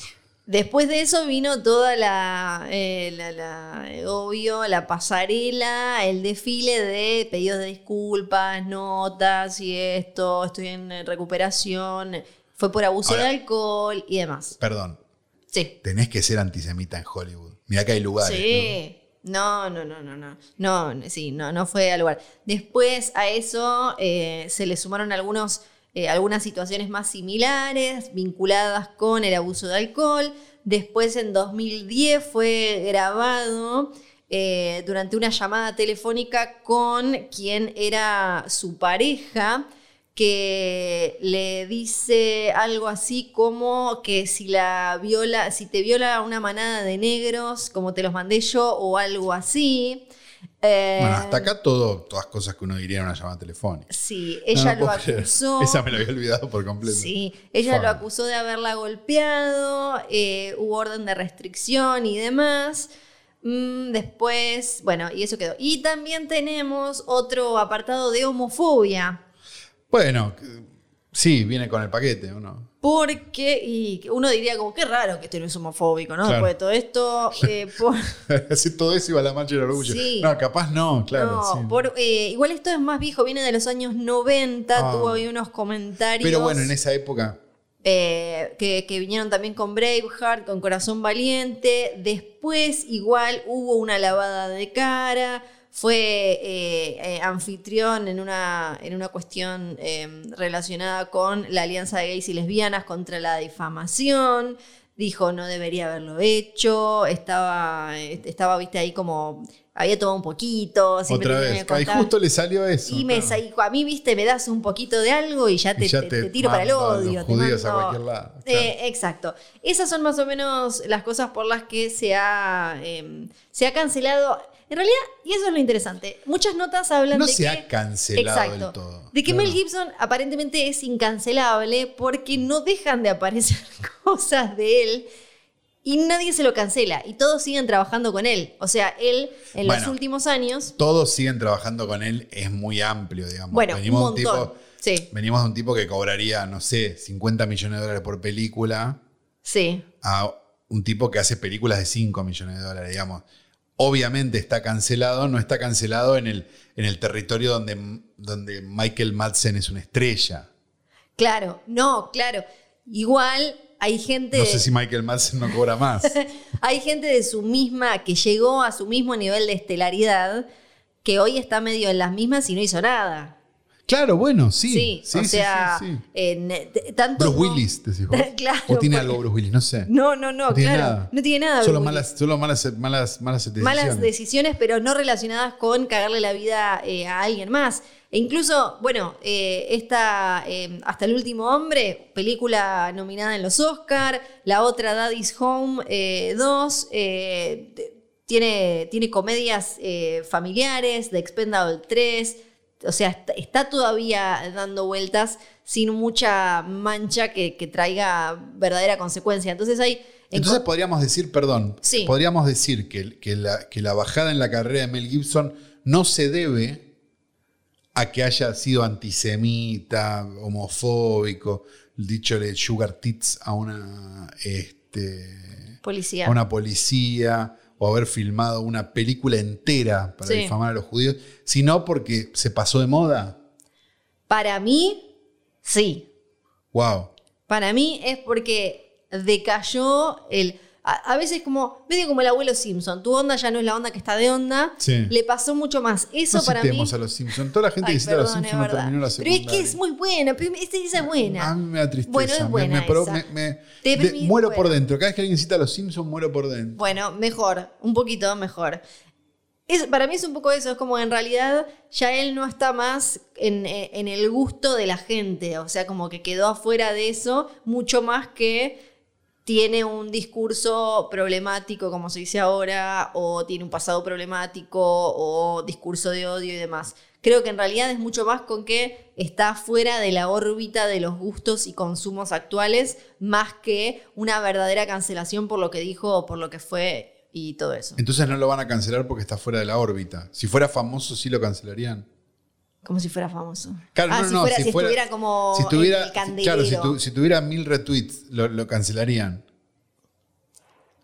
B: Después de eso vino toda la, eh, la- la- eh, obvio, la pasarela, el desfile de pedidos de disculpas, notas y esto, estoy en eh, recuperación, fue por abuso
A: Ahora-
B: de alcohol y demás.
A: Perdón,
B: Sí.
A: tenés que ser antisemita en Hollywood. Mirá que hay lugares. ¿no?
B: Sí. No, no, no, no, no. No, no, sí, no, no fue al lugar. Después a eso eh, se le sumaron algunos, eh, algunas situaciones más similares vinculadas con el abuso de alcohol. Después en 2010 fue grabado eh, durante una llamada telefónica con quien era su pareja que le dice algo así como que si la viola, si te viola una manada de negros, como te los mandé yo, o algo así. Eh,
A: Bueno, hasta acá todo, todas cosas que uno diría en una llamada telefónica.
B: Sí, ella
A: No, no
B: lo
A: puedo creer.
B: acusó.
A: Esa me la había olvidado por completo.
B: Sí, ella
A: Fuck.
B: lo acusó de haberla golpeado, eh, hubo orden de restricción y demás. Mm, después, bueno, y eso quedó. Y también tenemos otro apartado de homofobia.
A: Bueno, que- sí, viene con el paquete, ¿o no?
B: Porque, y uno diría como, qué raro que este no es homofóbico, ¿no?
A: Claro.
B: Después de todo esto, eh, por-
A: Así todo eso iba a la marcha del orgullo.
B: Sí.
A: No, capaz no, claro.
B: no,
A: sí.
B: por- eh, igual esto es más viejo, viene de los años 90,
A: Ah.
B: tuvo ahí unos comentarios
A: Pero bueno, en esa época.
B: eh, que, que vinieron también con Braveheart, con Corazón Valiente, después igual hubo una lavada de cara, fue eh, eh, anfitrión en una, en una cuestión eh, relacionada con la Alianza de Gays y Lesbianas contra la difamación, dijo no debería haberlo hecho, estaba, eh, estaba viste ahí como... Había tomado un poquito, siempre
A: Otra
B: tenía
A: vez,
B: que
A: ahí
B: contar.
A: justo le salió eso.
B: Y, me,
A: claro.
B: sa- y a mí, viste, me das un poquito de algo y ya te,
A: Y ya
B: te-
A: te
B: te tiro para el
A: mando a los
B: odio. te
A: judíos a
B: mando-
A: cualquier lado,
B: Eh,
A: claro.
B: exacto. Esas son más o menos las cosas por las que se ha, eh, se ha cancelado. En realidad, y eso es lo interesante, muchas notas hablan
A: No
B: de
A: se
B: que...
A: ha cancelado
B: Exacto.
A: del todo.
B: De que
A: Claro.
B: Mel Gibson aparentemente es incancelable porque no dejan de aparecer cosas de él y nadie se lo cancela y todos siguen trabajando con él. O sea, él en los
A: Bueno.
B: últimos años...
A: Todos siguen trabajando con él, es muy amplio, digamos.
B: Bueno,
A: venimos,
B: un
A: de
B: montón.
A: tipo,
B: sí,
A: venimos de un tipo que cobraría, no sé, 50 millones de dólares por película
B: sí.
A: a un tipo que hace películas de 5 millones de dólares, digamos. Obviamente está cancelado, no está cancelado en el, en el territorio donde, donde Michael Madsen es una estrella.
B: Claro, no, claro. Igual hay gente,
A: No sé si Michael Madsen no cobra más.
B: hay gente de su misma, que llegó a su mismo nivel de estelaridad, que hoy está medio en las mismas y no hizo nada.
A: Claro, bueno, sí.
B: Sí, o
A: sí,
B: sea,
A: sí, sí.
B: en- eh, tanto
A: Bruce
B: no-
A: Willis, decís vos.
B: Claro, pues.
A: O tiene
B: porque-
A: algo Bruce Willis, no sé.
B: No, no, no,
A: No tiene
B: claro.
A: nada.
B: No tiene nada.
A: solo
B: Bruce
A: malas, solo malas, malas, malas decisiones.
B: malas decisiones, pero no relacionadas con cagarle la vida eh, a alguien más. E incluso, bueno, eh, esta eh, Hasta el último hombre, película nominada en los Oscar, la otra Daddy's Home eh, 2, eh, t- tiene, tiene comedias eh, familiares, The Expendable 3, o sea, est- está, todavía dando vueltas sin mucha mancha que, que traiga verdadera consecuencia. Entonces hay...
A: Entonces podríamos decir, perdón,
B: Sí.
A: podríamos decir que, que la, que la bajada en la carrera de Mel Gibson no se debe a que haya sido antisemita, homofóbico, dichole sugar tits a una, este,
B: policía.
A: a una policía o haber filmado una película entera para
B: Sí.
A: difamar a los judíos, sino porque se pasó de moda.
B: Para mí, sí.
A: Wow.
B: Para mí es porque decayó el. A, a veces, como. medio como el abuelo Simpson. Tu onda ya no es la onda que está de onda.
A: Sí.
B: Le pasó mucho más. Eso
A: no
B: para mí.
A: citemos a los Simpsons. Toda la gente
B: Ay,
A: que cita a los
B: perdón, es
A: Simpsons no
B: verdad.
A: terminó la
B: Pero
A: secundaria. Ah.
B: es que es muy buena. pero Esa, esa es
A: A
B: buena.
A: mí me da tristeza.
B: Bueno, es
A: me-
B: buena
A: me, provo-
B: esa.
A: me- me-
B: Te
A: de-
B: vi-
A: muero por
B: bueno.
A: dentro. Cada vez que alguien cita a los Simpsons, muero por dentro.
B: Bueno, mejor. Un poquito mejor. Es, para mí es un poco eso. Es como en realidad ya él no está más en, eh, en el gusto de la gente. O sea, como que quedó afuera de eso mucho más que. tiene un discurso problemático, como se dice ahora, o tiene un pasado problemático, o discurso de odio y demás. Creo que en realidad es mucho más con que está fuera de la órbita de los gustos y consumos actuales, más que una verdadera cancelación por lo que dijo o por lo que fue y todo eso.
A: Entonces no lo van a cancelar porque está fuera de la órbita. Si fuera famoso, sí lo cancelarían.
B: Como si fuera famoso.
A: Claro,
B: ah,
A: no,
B: si,
A: no,
B: fuera,
A: si
B: si
A: fuera-
B: estuviera como
A: si tuviera,
B: en el candelero.
A: claro, si, tu- si tuviera mil retweets, lo, lo cancelarían.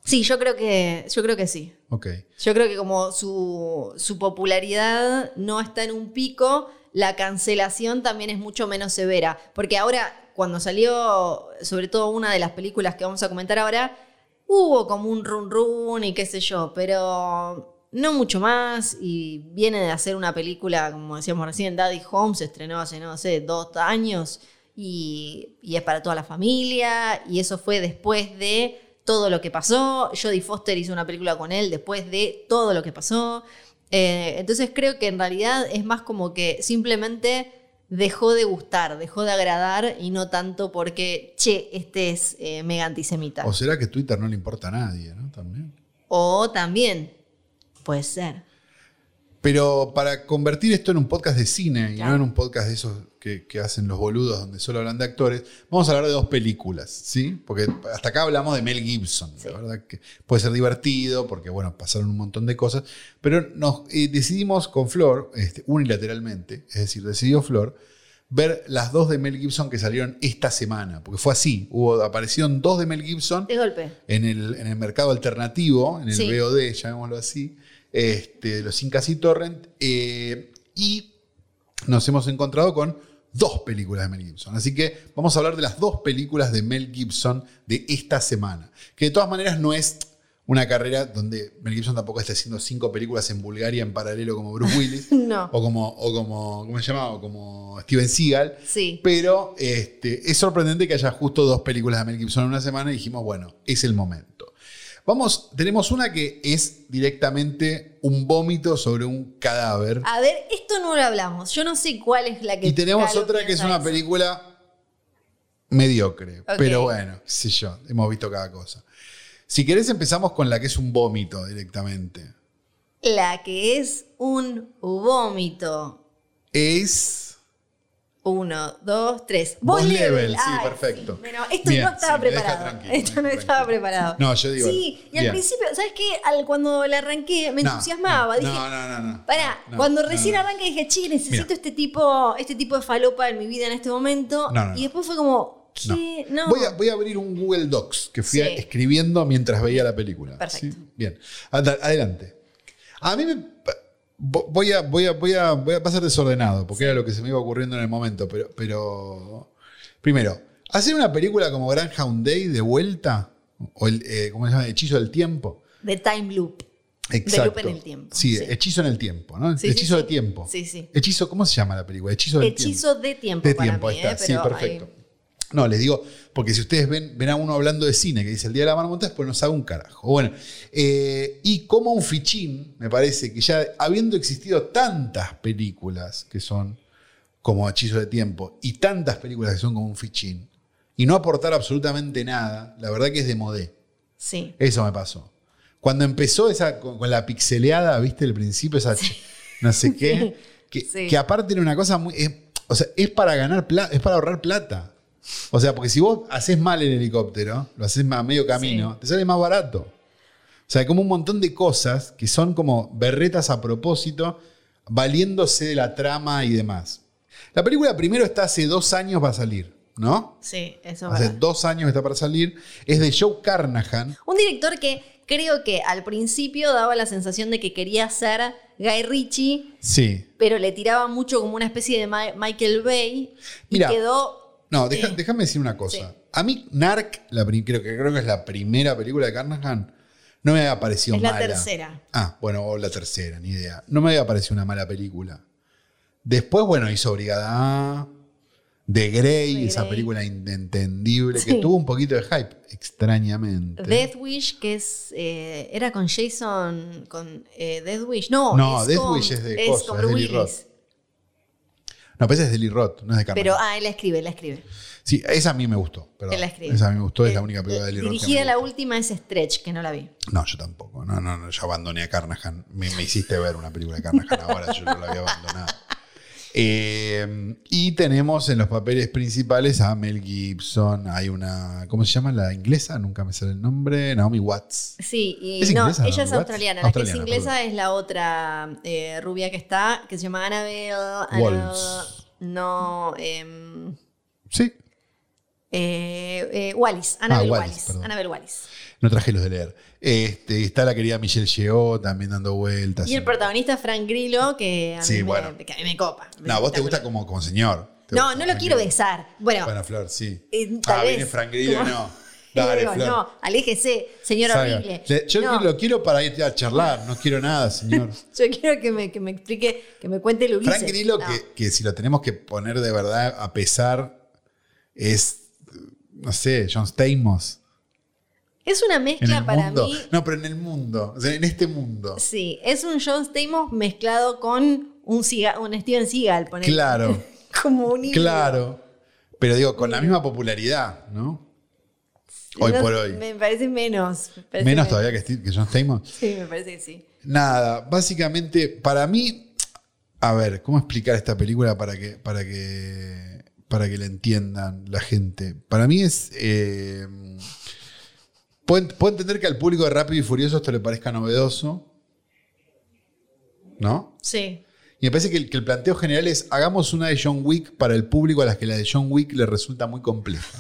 B: Sí, yo creo que, yo creo que sí.
A: Ok.
B: Yo creo que como su, su popularidad no está en un pico, la cancelación también es mucho menos severa. Porque ahora, cuando salió, sobre todo una de las películas que vamos a comentar ahora, hubo como un run run y qué sé yo, pero no mucho más. Y viene de hacer una película, como decíamos recién, Daddy Home, se estrenó hace, no sé, dos años. Y, y es para toda la familia, y eso fue después de todo lo que pasó. Jodie Foster hizo una película con él después de todo lo que pasó. Eh, entonces creo que en realidad es más como que simplemente dejó de gustar, dejó de agradar y no tanto porque, che, este es eh, mega antisemita.
A: O será que Twitter no le importa a nadie, ¿no? También.
B: O también, puede ser.
A: Pero para convertir esto en un podcast de cine y
B: Claro.
A: no en un podcast de esos que, que hacen los boludos donde solo hablan de actores, vamos a hablar de dos películas, ¿sí? Porque hasta acá hablamos de Mel Gibson,
B: Sí.
A: la verdad que puede ser divertido porque, bueno, pasaron un montón de cosas, pero nos eh, decidimos con Flor, este, unilateralmente, es decir, decidió Flor, ver las dos de Mel Gibson que salieron esta semana, porque fue así, hubo, aparecieron dos de Mel Gibson
B: De golpe.
A: en el, en el mercado alternativo, en el
B: Sí.
A: BOD, llamémoslo así, este, los Incas y Torrent, eh, y nos hemos encontrado con dos películas de Mel Gibson. Así que vamos a hablar de las dos películas de Mel Gibson de esta semana, que de todas maneras no es una carrera donde Mel Gibson tampoco está haciendo cinco películas en Bulgaria en paralelo como Bruce Willis.
B: No.
A: O como, o como, ¿cómo se llama? O como Steven Seagal.
B: Sí.
A: Pero este, es sorprendente que haya justo dos películas de Mel Gibson en una semana y dijimos, bueno, es el momento. Vamos, tenemos una que es directamente un vómito sobre un cadáver.
B: A ver, esto no lo hablamos. Yo no sé cuál es la Ah, que...
A: y tenemos
B: Calo
A: otra que es
B: piensa
A: una
B: eso.
A: película mediocre.
B: Ok.
A: Pero bueno, qué sé yo, hemos visto cada cosa. Si querés empezamos con la que es un vómito directamente.
B: La que es un vómito.
A: Es...
B: Uno, dos, tres.
A: Vos
B: Vos
A: level,
B: level.
A: sí, perfecto.
B: sí. Bueno, esto
A: Bien,
B: no estaba
A: sí, me deja
B: preparado.
A: tranquilo, me
B: Esto no
A: deja
B: estaba
A: tranquilo.
B: preparado.
A: No, yo digo-
B: Sí, y al
A: bien.
B: principio, ¿sabes qué? Al, cuando la arranqué me
A: No,
B: entusiasmaba.
A: no,
B: dije,
A: no, no, no, no.
B: pará,
A: No,
B: cuando
A: no,
B: recién
A: no.
B: arranqué dije, che, necesito
A: Mira.
B: este tipo, este tipo de falopa en mi vida en este momento.
A: No, no, no.
B: Y después fue como, ¿qué? No.
A: Voy, a, voy a abrir un Google Docs que fui
B: Sí.
A: escribiendo mientras veía la película.
B: Perfecto.
A: ¿sí? Bien. Ad- Adelante. A mí me. vo- Voy a, voy a, voy a, voy a- va a ser desordenado, porque era lo que se me iba ocurriendo en el momento, pero. pero primero, Hacer una película como Groundhog Day de vuelta, o el, eh, ¿cómo se llama? Hechizo del tiempo.
B: De Time Loop.
A: Exacto.
B: loop en el tiempo,
A: Sí,
B: sí.
A: hechizo en el tiempo, ¿no?
B: Sí, sí,
A: hechizo
B: sí.
A: de tiempo.
B: Sí, sí.
A: Hechizo, ¿cómo se llama la película? Hechizo del tiempo.
B: Hechizo de tiempo.
A: de
B: para
A: tiempo,
B: mí,
A: ahí está.
B: ¿eh?
A: sí,
B: Pero
A: perfecto.
B: ahí-
A: No, les digo, porque si ustedes ven, ven a uno hablando de cine que dice el día de la marmota, pues no sabe un carajo. Bueno, eh, y como un fichín, me parece que ya habiendo existido tantas películas que son como hechizo de tiempo y tantas películas que son como un fichín y no aportar absolutamente nada, la verdad que es de modé.
B: Sí.
A: Eso me pasó. Cuando empezó esa, con, con la pixeleada, viste, el principio, esa ch- no sé qué, que,
B: Sí.
A: que aparte era una cosa muy... es- o sea, es para ganar plata, es para ahorrar plata. O sea, porque si vos haces mal el helicóptero, lo haces a medio camino, te sale más barato. O sea, hay como un montón de cosas que son como berretas a propósito, valiéndose de la trama y demás. La película primero está hace dos años va a salir, ¿no?
B: Sí, eso es
A: Hace
B: verdad.
A: dos años está para salir. Es de Joe Carnahan,
B: Un director que creo que al principio daba la sensación de que quería ser Guy Ritchie,
A: Sí.
B: pero le tiraba mucho como una especie de Ma- Michael Bay y
A: Mirá.
B: quedó.
A: No, deja- déjame decir una cosa.
B: Sí.
A: A mí, Narc, la pri- creo, que, creo que es la primera película de Carnahan, no me había parecido
B: Es la
A: mala.
B: tercera.
A: Ah, bueno, o la tercera, ni idea. No me había parecido una mala película. Después, bueno, hizo Brigada A, The Grey,
B: The
A: esa
B: Grey.
A: película inentendible, que
B: Sí.
A: tuvo un poquito de hype, extrañamente.
B: Death Wish, que es. eh, era con Jason. con eh, Death Wish. No,
A: No,
B: es
A: Death
B: con-
A: Wish es de
B: Es
A: coso,
B: con
A: es de
B: Bruce
A: Lee
B: Willis.
A: No, pero esa es de Lee Roth, no es de Carnahan.
B: Pero, ah, él la escribe, él la escribe.
A: sí, esa a mí me gustó. perdón.
B: Él la escribe.
A: Esa a mí me gustó, es
B: Eh,
A: la única película de Lee Roth. que
B: Dirigida
A: me
B: la
A: gustó.
B: última es Stretch, que no la vi.
A: No, yo tampoco. No, no, no, yo abandoné a Carnahan. Me, me hiciste ver una película de Carnahan ahora, yo no la había abandonado. Eh, y tenemos en los papeles principales a Mel Gibson, hay una, ¿cómo se llama la inglesa? Nunca me sale el nombre, Naomi Watts.
B: Sí, y
A: ¿Es
B: no,
A: inglesa,
B: ella
A: Naomi
B: es
A: Watts?
B: australiana. la que
A: Australiana,
B: es inglesa es la otra eh, rubia que está, que se llama Annabelle.
A: Walls.
B: Annabelle- no, em,
A: Sí,
B: eh, eh, Wallis. Annabelle
A: Ah, Wallis,
B: Wallis.
A: perdón.
B: Annabelle Wallis.
A: no traje los de leer. Este, está la querida Michelle Yeoh también dando vueltas.
B: Y el protagonista, Frank Grillo, que a,
A: Sí,
B: mí,
A: bueno.
B: me, que a mí me copa.
A: No, vos te gusta como, como señor. Te
B: No,
A: gusta
B: no lo
A: Frank
B: quiero
A: Grillo.
B: besar. Bueno,
A: Bueno, Flor, sí.
B: eh, tal
A: Ah,
B: vez.
A: viene Frank Grillo,
B: Como-
A: no. Dale,
B: Digo,
A: Flor.
B: No, aléjese, señor
A: Salga.
B: horrible.
A: Le- Yo
B: No,
A: lo quiero para ir a charlar, no quiero nada, señor.
B: yo quiero que me, que me explique, que me cuente el Ulises.
A: Frank Grillo,
B: No.
A: que, que si lo tenemos que poner de verdad a pesar, es, no sé, John Stamos
B: Es una
A: en
B: mezcla
A: el
B: para
A: mundo.
B: mí.
A: No, pero en el mundo, o sea, en este mundo.
B: Sí, es un John Stamos mezclado con un, Siga- un Steven Seagal, ponele.
A: Claro,
B: Como un híbrido.
A: claro. Pero digo, con la misma popularidad, ¿no? Hoy
B: No,
A: por hoy.
B: Me parece menos. me parece
A: Menos todavía que, Steve- que John Stamos.
B: Sí, me parece que sí.
A: Nada, básicamente, para mí, a ver, ¿cómo explicar esta película para que, para que, para que la entiendan la gente? Para mí es... eh, puedo, puedo entender que al público de Rápido y Furioso esto le parezca novedoso, ¿no?
B: Sí.
A: Y me parece que el, que el planteo general es, hagamos una de John Wick para el público a las que la de John Wick le resulta muy compleja.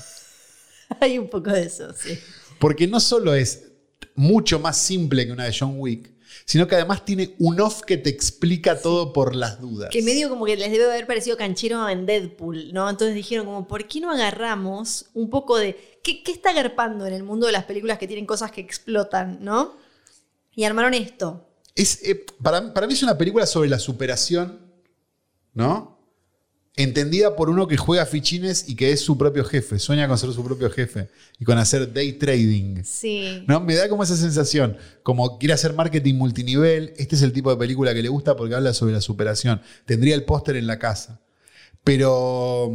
B: Hay un poco de eso, sí.
A: Porque no solo es mucho más simple que una de John Wick, sino que además tiene un off que te explica todo por las dudas.
B: Que medio como que les debe haber parecido canchero en Deadpool, ¿no? Entonces dijeron como, ¿por qué no agarramos un poco de qué, qué está garpando en el mundo de las películas que tienen cosas que explotan, ¿no? Y armaron esto.
A: Es, eh, para, para mí es una película sobre la superación, ¿no? Entendida por uno que juega fichines y que es su propio jefe, sueña con ser su propio jefe y con hacer day trading.
B: Sí.
A: ¿No? Me da como esa sensación, como quiere hacer marketing multinivel, este es el tipo de película que le gusta porque habla sobre la superación. Tendría el póster en la casa. Pero,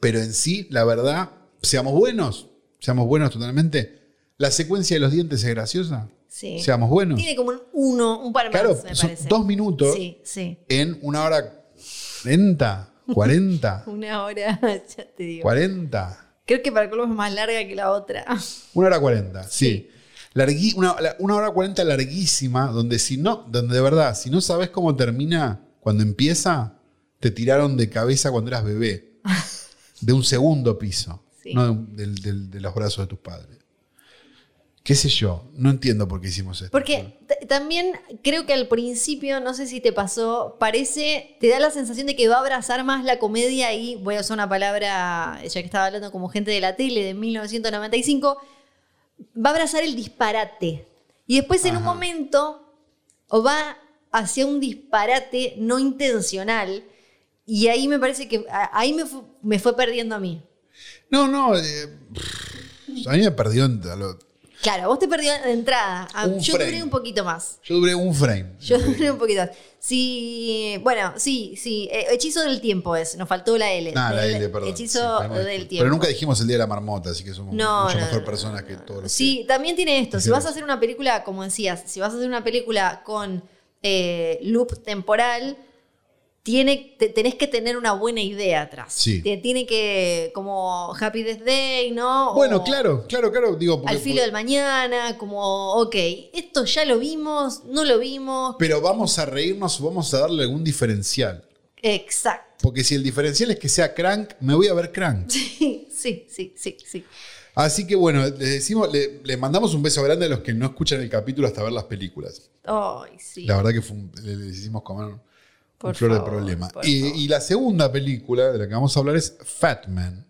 A: pero en sí, la verdad, seamos buenos, seamos buenos totalmente. La secuencia de los dientes es graciosa.
B: Sí.
A: Seamos buenos.
B: Tiene como un uno, un par más,
A: Claro,
B: me
A: son
B: parece.
A: dos minutos
B: Sí, sí.
A: en una hora 40, 40,
B: Una hora, ya te digo.
A: 40.
B: Creo que para Colombo es más larga que la otra.
A: Una hora cuarenta, sí.
B: Sí.
A: Largui- una, la- una hora cuarenta larguísima, donde si no, donde de verdad, si no sabes cómo termina cuando empieza, te tiraron de cabeza cuando eras bebé. De un segundo piso.
B: Sí.
A: No de, un- del- del- de los brazos de tus padres. qué sé yo, no entiendo por qué hicimos esto.
B: Porque t- también creo que al principio, no sé si te pasó, parece, te da la sensación de que va a abrazar más la comedia y voy a usar una palabra, eh, ya que estaba hablando como gente de la tele de 1995, va a abrazar el disparate. Y después en un
A: Ajá.
B: momento o va hacia un disparate no intencional y ahí me parece que a- ahí me, fu- me fue perdiendo a mí.
A: No, no, eh, pff, a mí me perdió. en- a lo-
B: Claro, vos te perdió de entrada. A-
A: Un
B: Yo
A: frame.
B: duré un poquito más.
A: Yo duré un frame.
B: Yo duré un poquito. Sí, bueno, sí, sí. eh, Hechizo del tiempo es. Nos faltó la L.
A: Nah, Ah, la
B: Del
A: L, perdón. Sí,
B: Hechizo
A: podemos
B: del
A: disculpar.
B: tiempo.
A: Pero nunca dijimos el día de la marmota, así que somos
B: No,
A: mucho
B: no,
A: mejor
B: no,
A: personas que todos los
B: Sí, también tiene esto. Si
A: Dijeron.
B: vas a hacer una película, como decías, si vas a hacer una película con eh, loop temporal, tiene, te- tenés que tener una buena idea atrás.
A: Sí.
B: Te- tiene que, como Happy Death Day, ¿no?
A: que- Bueno,
B: O
A: claro, claro, claro. Digo, porque- pues
B: Al filo del mañana, como, ok, esto ya lo vimos, no lo vimos.
A: Pero vamos a reírnos, vamos a darle algún diferencial.
B: Exacto.
A: Porque si el diferencial es que sea crank, me voy a ver crank.
B: Sí, sí, sí, sí, sí.
A: Así que bueno, les decimos, le, le mandamos un beso grande a los que no escuchan el capítulo hasta ver las películas.
B: Ay, sí.
A: La verdad que fue un- le, le hicimos comer
B: Por
A: un flor
B: favor,
A: de problema.
B: por
A: Y,
B: favor.
A: y la segunda película de la que vamos a hablar es Fat Man,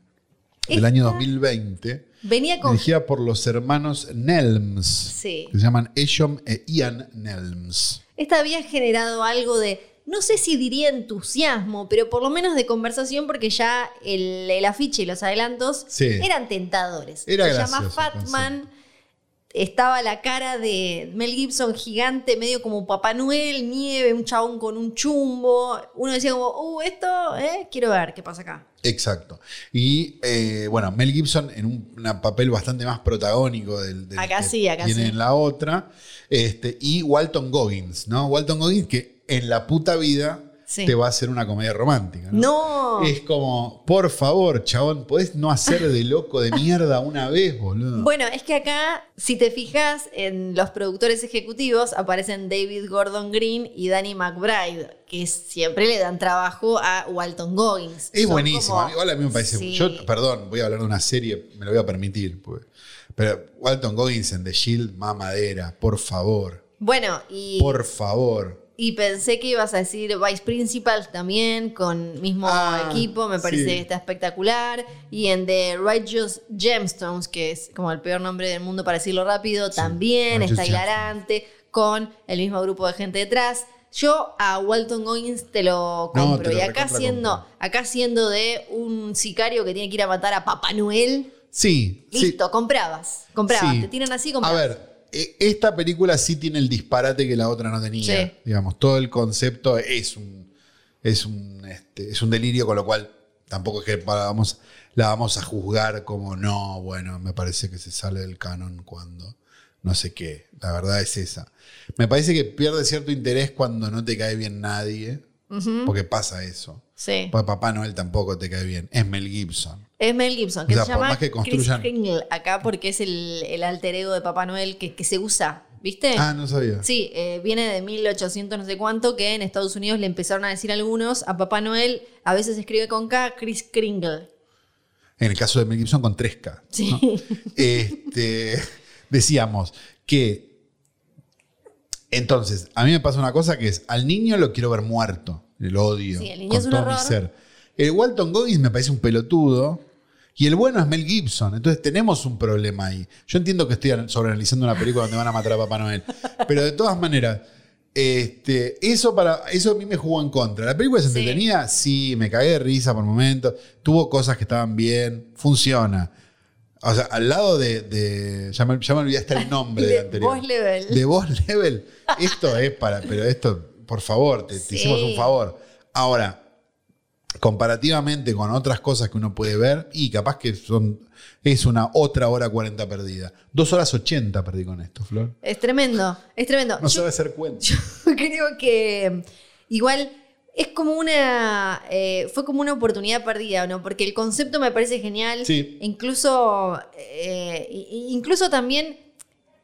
A: del
B: Esta-
A: año 2020,
B: Venía con.
A: dirigida por los hermanos Nelms,
B: Sí.
A: que se llaman Eshom e Ian Nelms.
B: Esta había generado algo de. No sé si diría entusiasmo, pero por lo menos de conversación, porque ya el, el afiche y los adelantos
A: Sí.
B: eran tentadores.
A: Era
B: Se
A: gracioso
B: llama
A: el
B: Fatman. Estaba la cara de Mel Gibson gigante, medio como Papá Noel, nieve, un chabón con un chumbo. Uno decía como, uh, esto, eh, quiero ver qué pasa acá.
A: Exacto. Y eh, bueno, Mel Gibson en un una papel bastante más protagónico del, del
B: Acá
A: que
B: sí, acá
A: tiene
B: sí.
A: en la otra. Este, y Walton Goggins, ¿no? Walton Goggins que en la puta vida
B: Sí.
A: te va a hacer una comedia romántica. ¿no?
B: No.
A: Es como, por favor, chabón, ¿podés no hacer de loco de mierda una vez, boludo?
B: Bueno, es que acá, si te fijas, en los productores ejecutivos aparecen David Gordon Green y Danny McBride, que siempre le dan trabajo a Walton Goggins.
A: es
B: Son
A: buenísimo.
B: como-
A: Igual a mí me parece.
B: Sí.
A: Yo, perdón, voy a hablar de una serie, me lo voy a permitir. pues. Pero Walton Goggins en The Shield, mamadera, por favor.
B: Bueno, y,
A: Por favor.
B: y pensé que ibas a decir Vice Principal también, con mismo
A: Ah,
B: equipo, me parece
A: sí.
B: que está espectacular. Y en The Righteous Gemstones, que es como el peor nombre del mundo para decirlo rápido, también
A: Righteous
B: está hilarante, con el mismo grupo de gente detrás. Yo a Walton Goggins te lo
A: No,
B: compro.
A: te lo
B: y acá
A: recontra
B: siendo,
A: compro.
B: acá siendo de un sicario que tiene que ir a matar a Papá Noel,
A: Sí. sí.
B: listo, comprabas. Comprabas,
A: Sí.
B: te tiran así,
A: A
B: comprabas.
A: ver, e- esta película sí tiene el disparate que la otra no tenía.
B: Sí.
A: Digamos, todo el concepto es un, es un, este, es un delirio, con lo cual tampoco es que para- vamos, la vamos a juzgar como no, bueno, me parece que se sale del canon cuando no sé qué. La verdad es esa. Me parece que pierde cierto interés cuando no te cae bien nadie,
B: Ujú,
A: porque pasa eso.
B: sí.
A: Porque Papá Noel tampoco te cae bien. Es Mel Gibson.
B: Es Mel Gibson, que
A: O sea,
B: se
A: por
B: llama
A: más que construyan-
B: Chris Kringle acá porque es el, el alter ego de Papá Noel que, que se usa, ¿viste?
A: Ah, no sabía.
B: Sí, eh, viene de 1800 no sé cuánto que en Estados Unidos le empezaron a decir algunos a Papá Noel, a veces se escribe con K, Chris Kringle.
A: En el caso de Mel Gibson con 3K.
B: Sí.
A: este, decíamos que entonces, a mí me pasa una cosa que es, al niño lo quiero ver muerto, el odio,
B: Sí, el niño
A: con
B: es un
A: todo mi
B: horror.
A: ser. El Walton Goggins me parece un pelotudo y el bueno es Mel Gibson, entonces tenemos un problema ahí. Yo entiendo que estoy an- sobreanalizando una película donde van a matar a Papá Noel, pero de todas maneras, este, eso, para, eso a mí me jugó en contra. La película es
B: Sí.
A: entretenida, sí, me cagué de risa por momentos, tuvo cosas que estaban bien, funciona. O sea, al lado de. de- ya, me, ya me olvidé hasta el nombre del
B: De
A: anterior.
B: voz level.
A: De voz level. Esto es para. Pero esto, por favor, te, te
B: Sí.
A: hicimos un favor. Ahora, comparativamente con otras cosas que uno puede ver, y capaz que son. Es una otra hora 40 perdida. Dos horas 80 perdí con esto, Flor.
B: Es tremendo, es tremendo.
A: No
B: Yo-
A: sabe hacer cuenta.
B: creo que em, igual es como una eh, fue como una oportunidad perdida no porque el concepto me parece genial
A: Sí.
B: incluso eh, i- incluso también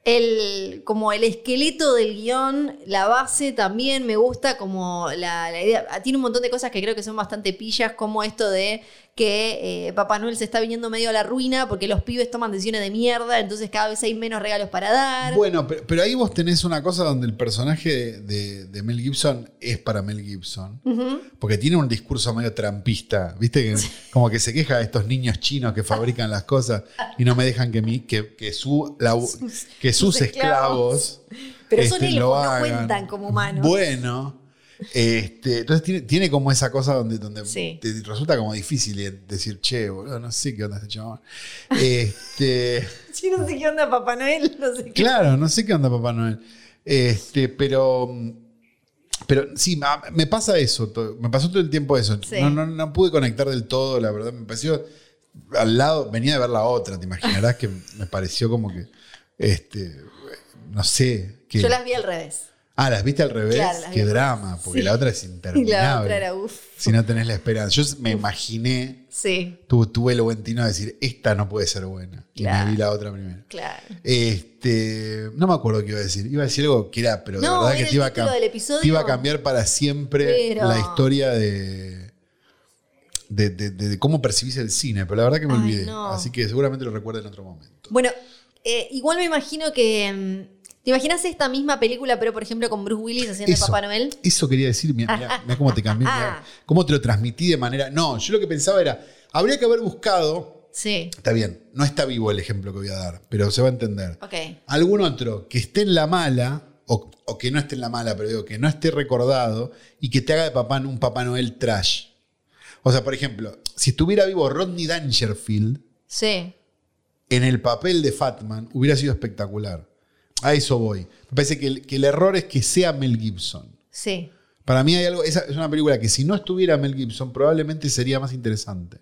B: el como el esqueleto del guión la base también Ah, me gusta como la, la idea tiene un montón de cosas que creo que son bastante pillas como esto de que eh, Papá Noel se está viniendo medio a la ruina porque los pibes toman decisiones de mierda, entonces cada vez hay menos regalos para dar.
A: Bueno, pero, pero ahí vos tenés una cosa donde el personaje de, de- de Mel Gibson es para Mel Gibson.
B: Ujú.
A: Porque tiene un discurso medio trampista, ¿viste? Que, como que se queja de estos niños chinos que fabrican las cosas y no me dejan que, mi, que, que su, labu-
B: Sus-
A: que sus,
B: sus
A: esclavos.
B: esclavos. Pero son
A: este,
B: elfos,
A: lo
B: no
A: hagan.
B: cuentan como humanos.
A: Bueno, este, entonces tiene, tiene como esa cosa donde, donde
B: Sí.
A: te resulta como difícil de- decir, che, boludo, no sé qué onda este chabón. Este.
B: Sí, no sé qué onda Papá Noel, no sé qué.
A: Claro, no sé qué onda Papá Noel. Este, pero. Pero sí, ma- me pasa eso. to- Me pasó todo el tiempo eso.
B: Sí.
A: No, no, no pude conectar del todo, la verdad. Me pareció. Al lado, venía de ver la otra, te imaginarás que me pareció como que. Este. No sé. Que,
B: Yo las vi al revés.
A: Ah, las viste al revés.
B: Claro, las vi
A: qué
B: al
A: drama, porque
B: Sí.
A: la otra es
B: Y
A: interminable.
B: la otra era uff.
A: Si no tenés la esperanza. Yo me imaginé.
B: Sí,
A: Tuve, tuve el buen tino de decir, esta no puede ser buena. Y
B: Claro.
A: me vi la otra primero.
B: claro.
A: Este, no me acuerdo qué iba a decir. Iba a decir algo que era, pero de
B: No,
A: verdad
B: era
A: que
B: el
A: te iba, a
B: título
A: cam-
B: del episodio.
A: te iba a cambiar para siempre
B: Pero-
A: la historia de de, de- de- de cómo percibís el cine, pero la verdad que me
B: Ay,
A: olvidé.
B: no.
A: Así que seguramente lo recuerdo en otro momento.
B: Bueno, eh, igual me imagino que. mm, ¿Te imaginas esta misma película, pero por ejemplo con Bruce Willis haciendo de
A: Eso.
B: Papá Noel?
A: Eso quería decir, mira, mira, mira cómo te cambié, mira cómo te lo transmití de manera. No, yo lo que pensaba era, habría que haber buscado.
B: Sí,
A: Está bien, no está vivo el ejemplo que voy a dar, pero se va a entender.
B: ok.
A: algún otro que esté en la mala, o, o que no esté en la mala, pero digo, que no esté recordado y que te haga de papá un Papá Noel trash. O sea, por ejemplo, si estuviera vivo Rodney Dangerfield
B: Sí.
A: en el papel de Fatman, hubiera sido espectacular. A eso voy. Me parece que el, que el error es que sea Mel Gibson.
B: Sí.
A: Para mí hay algo, esa es una película que si no estuviera Mel Gibson probablemente sería más interesante.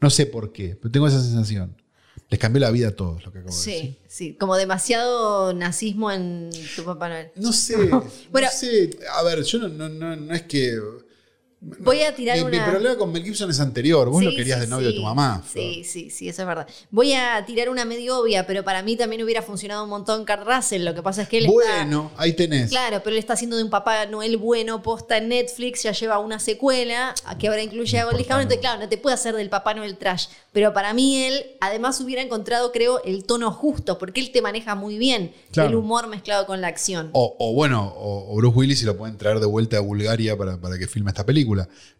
A: No sé por qué, pero tengo esa sensación. Les cambió la vida a todos lo que acabo de decir.
B: Sí, sí. Como demasiado nazismo en tu Papá Noel.
A: No sé.
B: Bueno.
A: no sé. A ver, yo no, no, no, no es que.
B: Voy a tirar
A: Mi, mi
B: una.
A: problema con Mel Gibson es anterior. Vos lo
B: Sí,
A: querías
B: sí,
A: de novio
B: sí.
A: de tu mamá.
B: Sí, sí, sí, eso es verdad. Voy a tirar una medio obvia, pero para mí también hubiera funcionado un montón Kurt Russell. Lo que pasa es que él está-
A: Bueno, ahí tenés.
B: Claro, pero él está haciendo de un Papá Noel bueno, posta en Netflix, ya lleva una secuela a que ahora incluye a Goldie
A: importa,
B: Hawn, entonces
A: no.
B: claro, no te puede hacer del Papá Noel trash, pero para mí él además hubiera encontrado, creo, el tono justo, porque él te maneja muy bien
A: Claro. Oh.
B: el humor mezclado con la acción.
A: O, o bueno, o, o Bruce Willis si lo pueden traer de vuelta a Bulgaria para, para que filme esta película.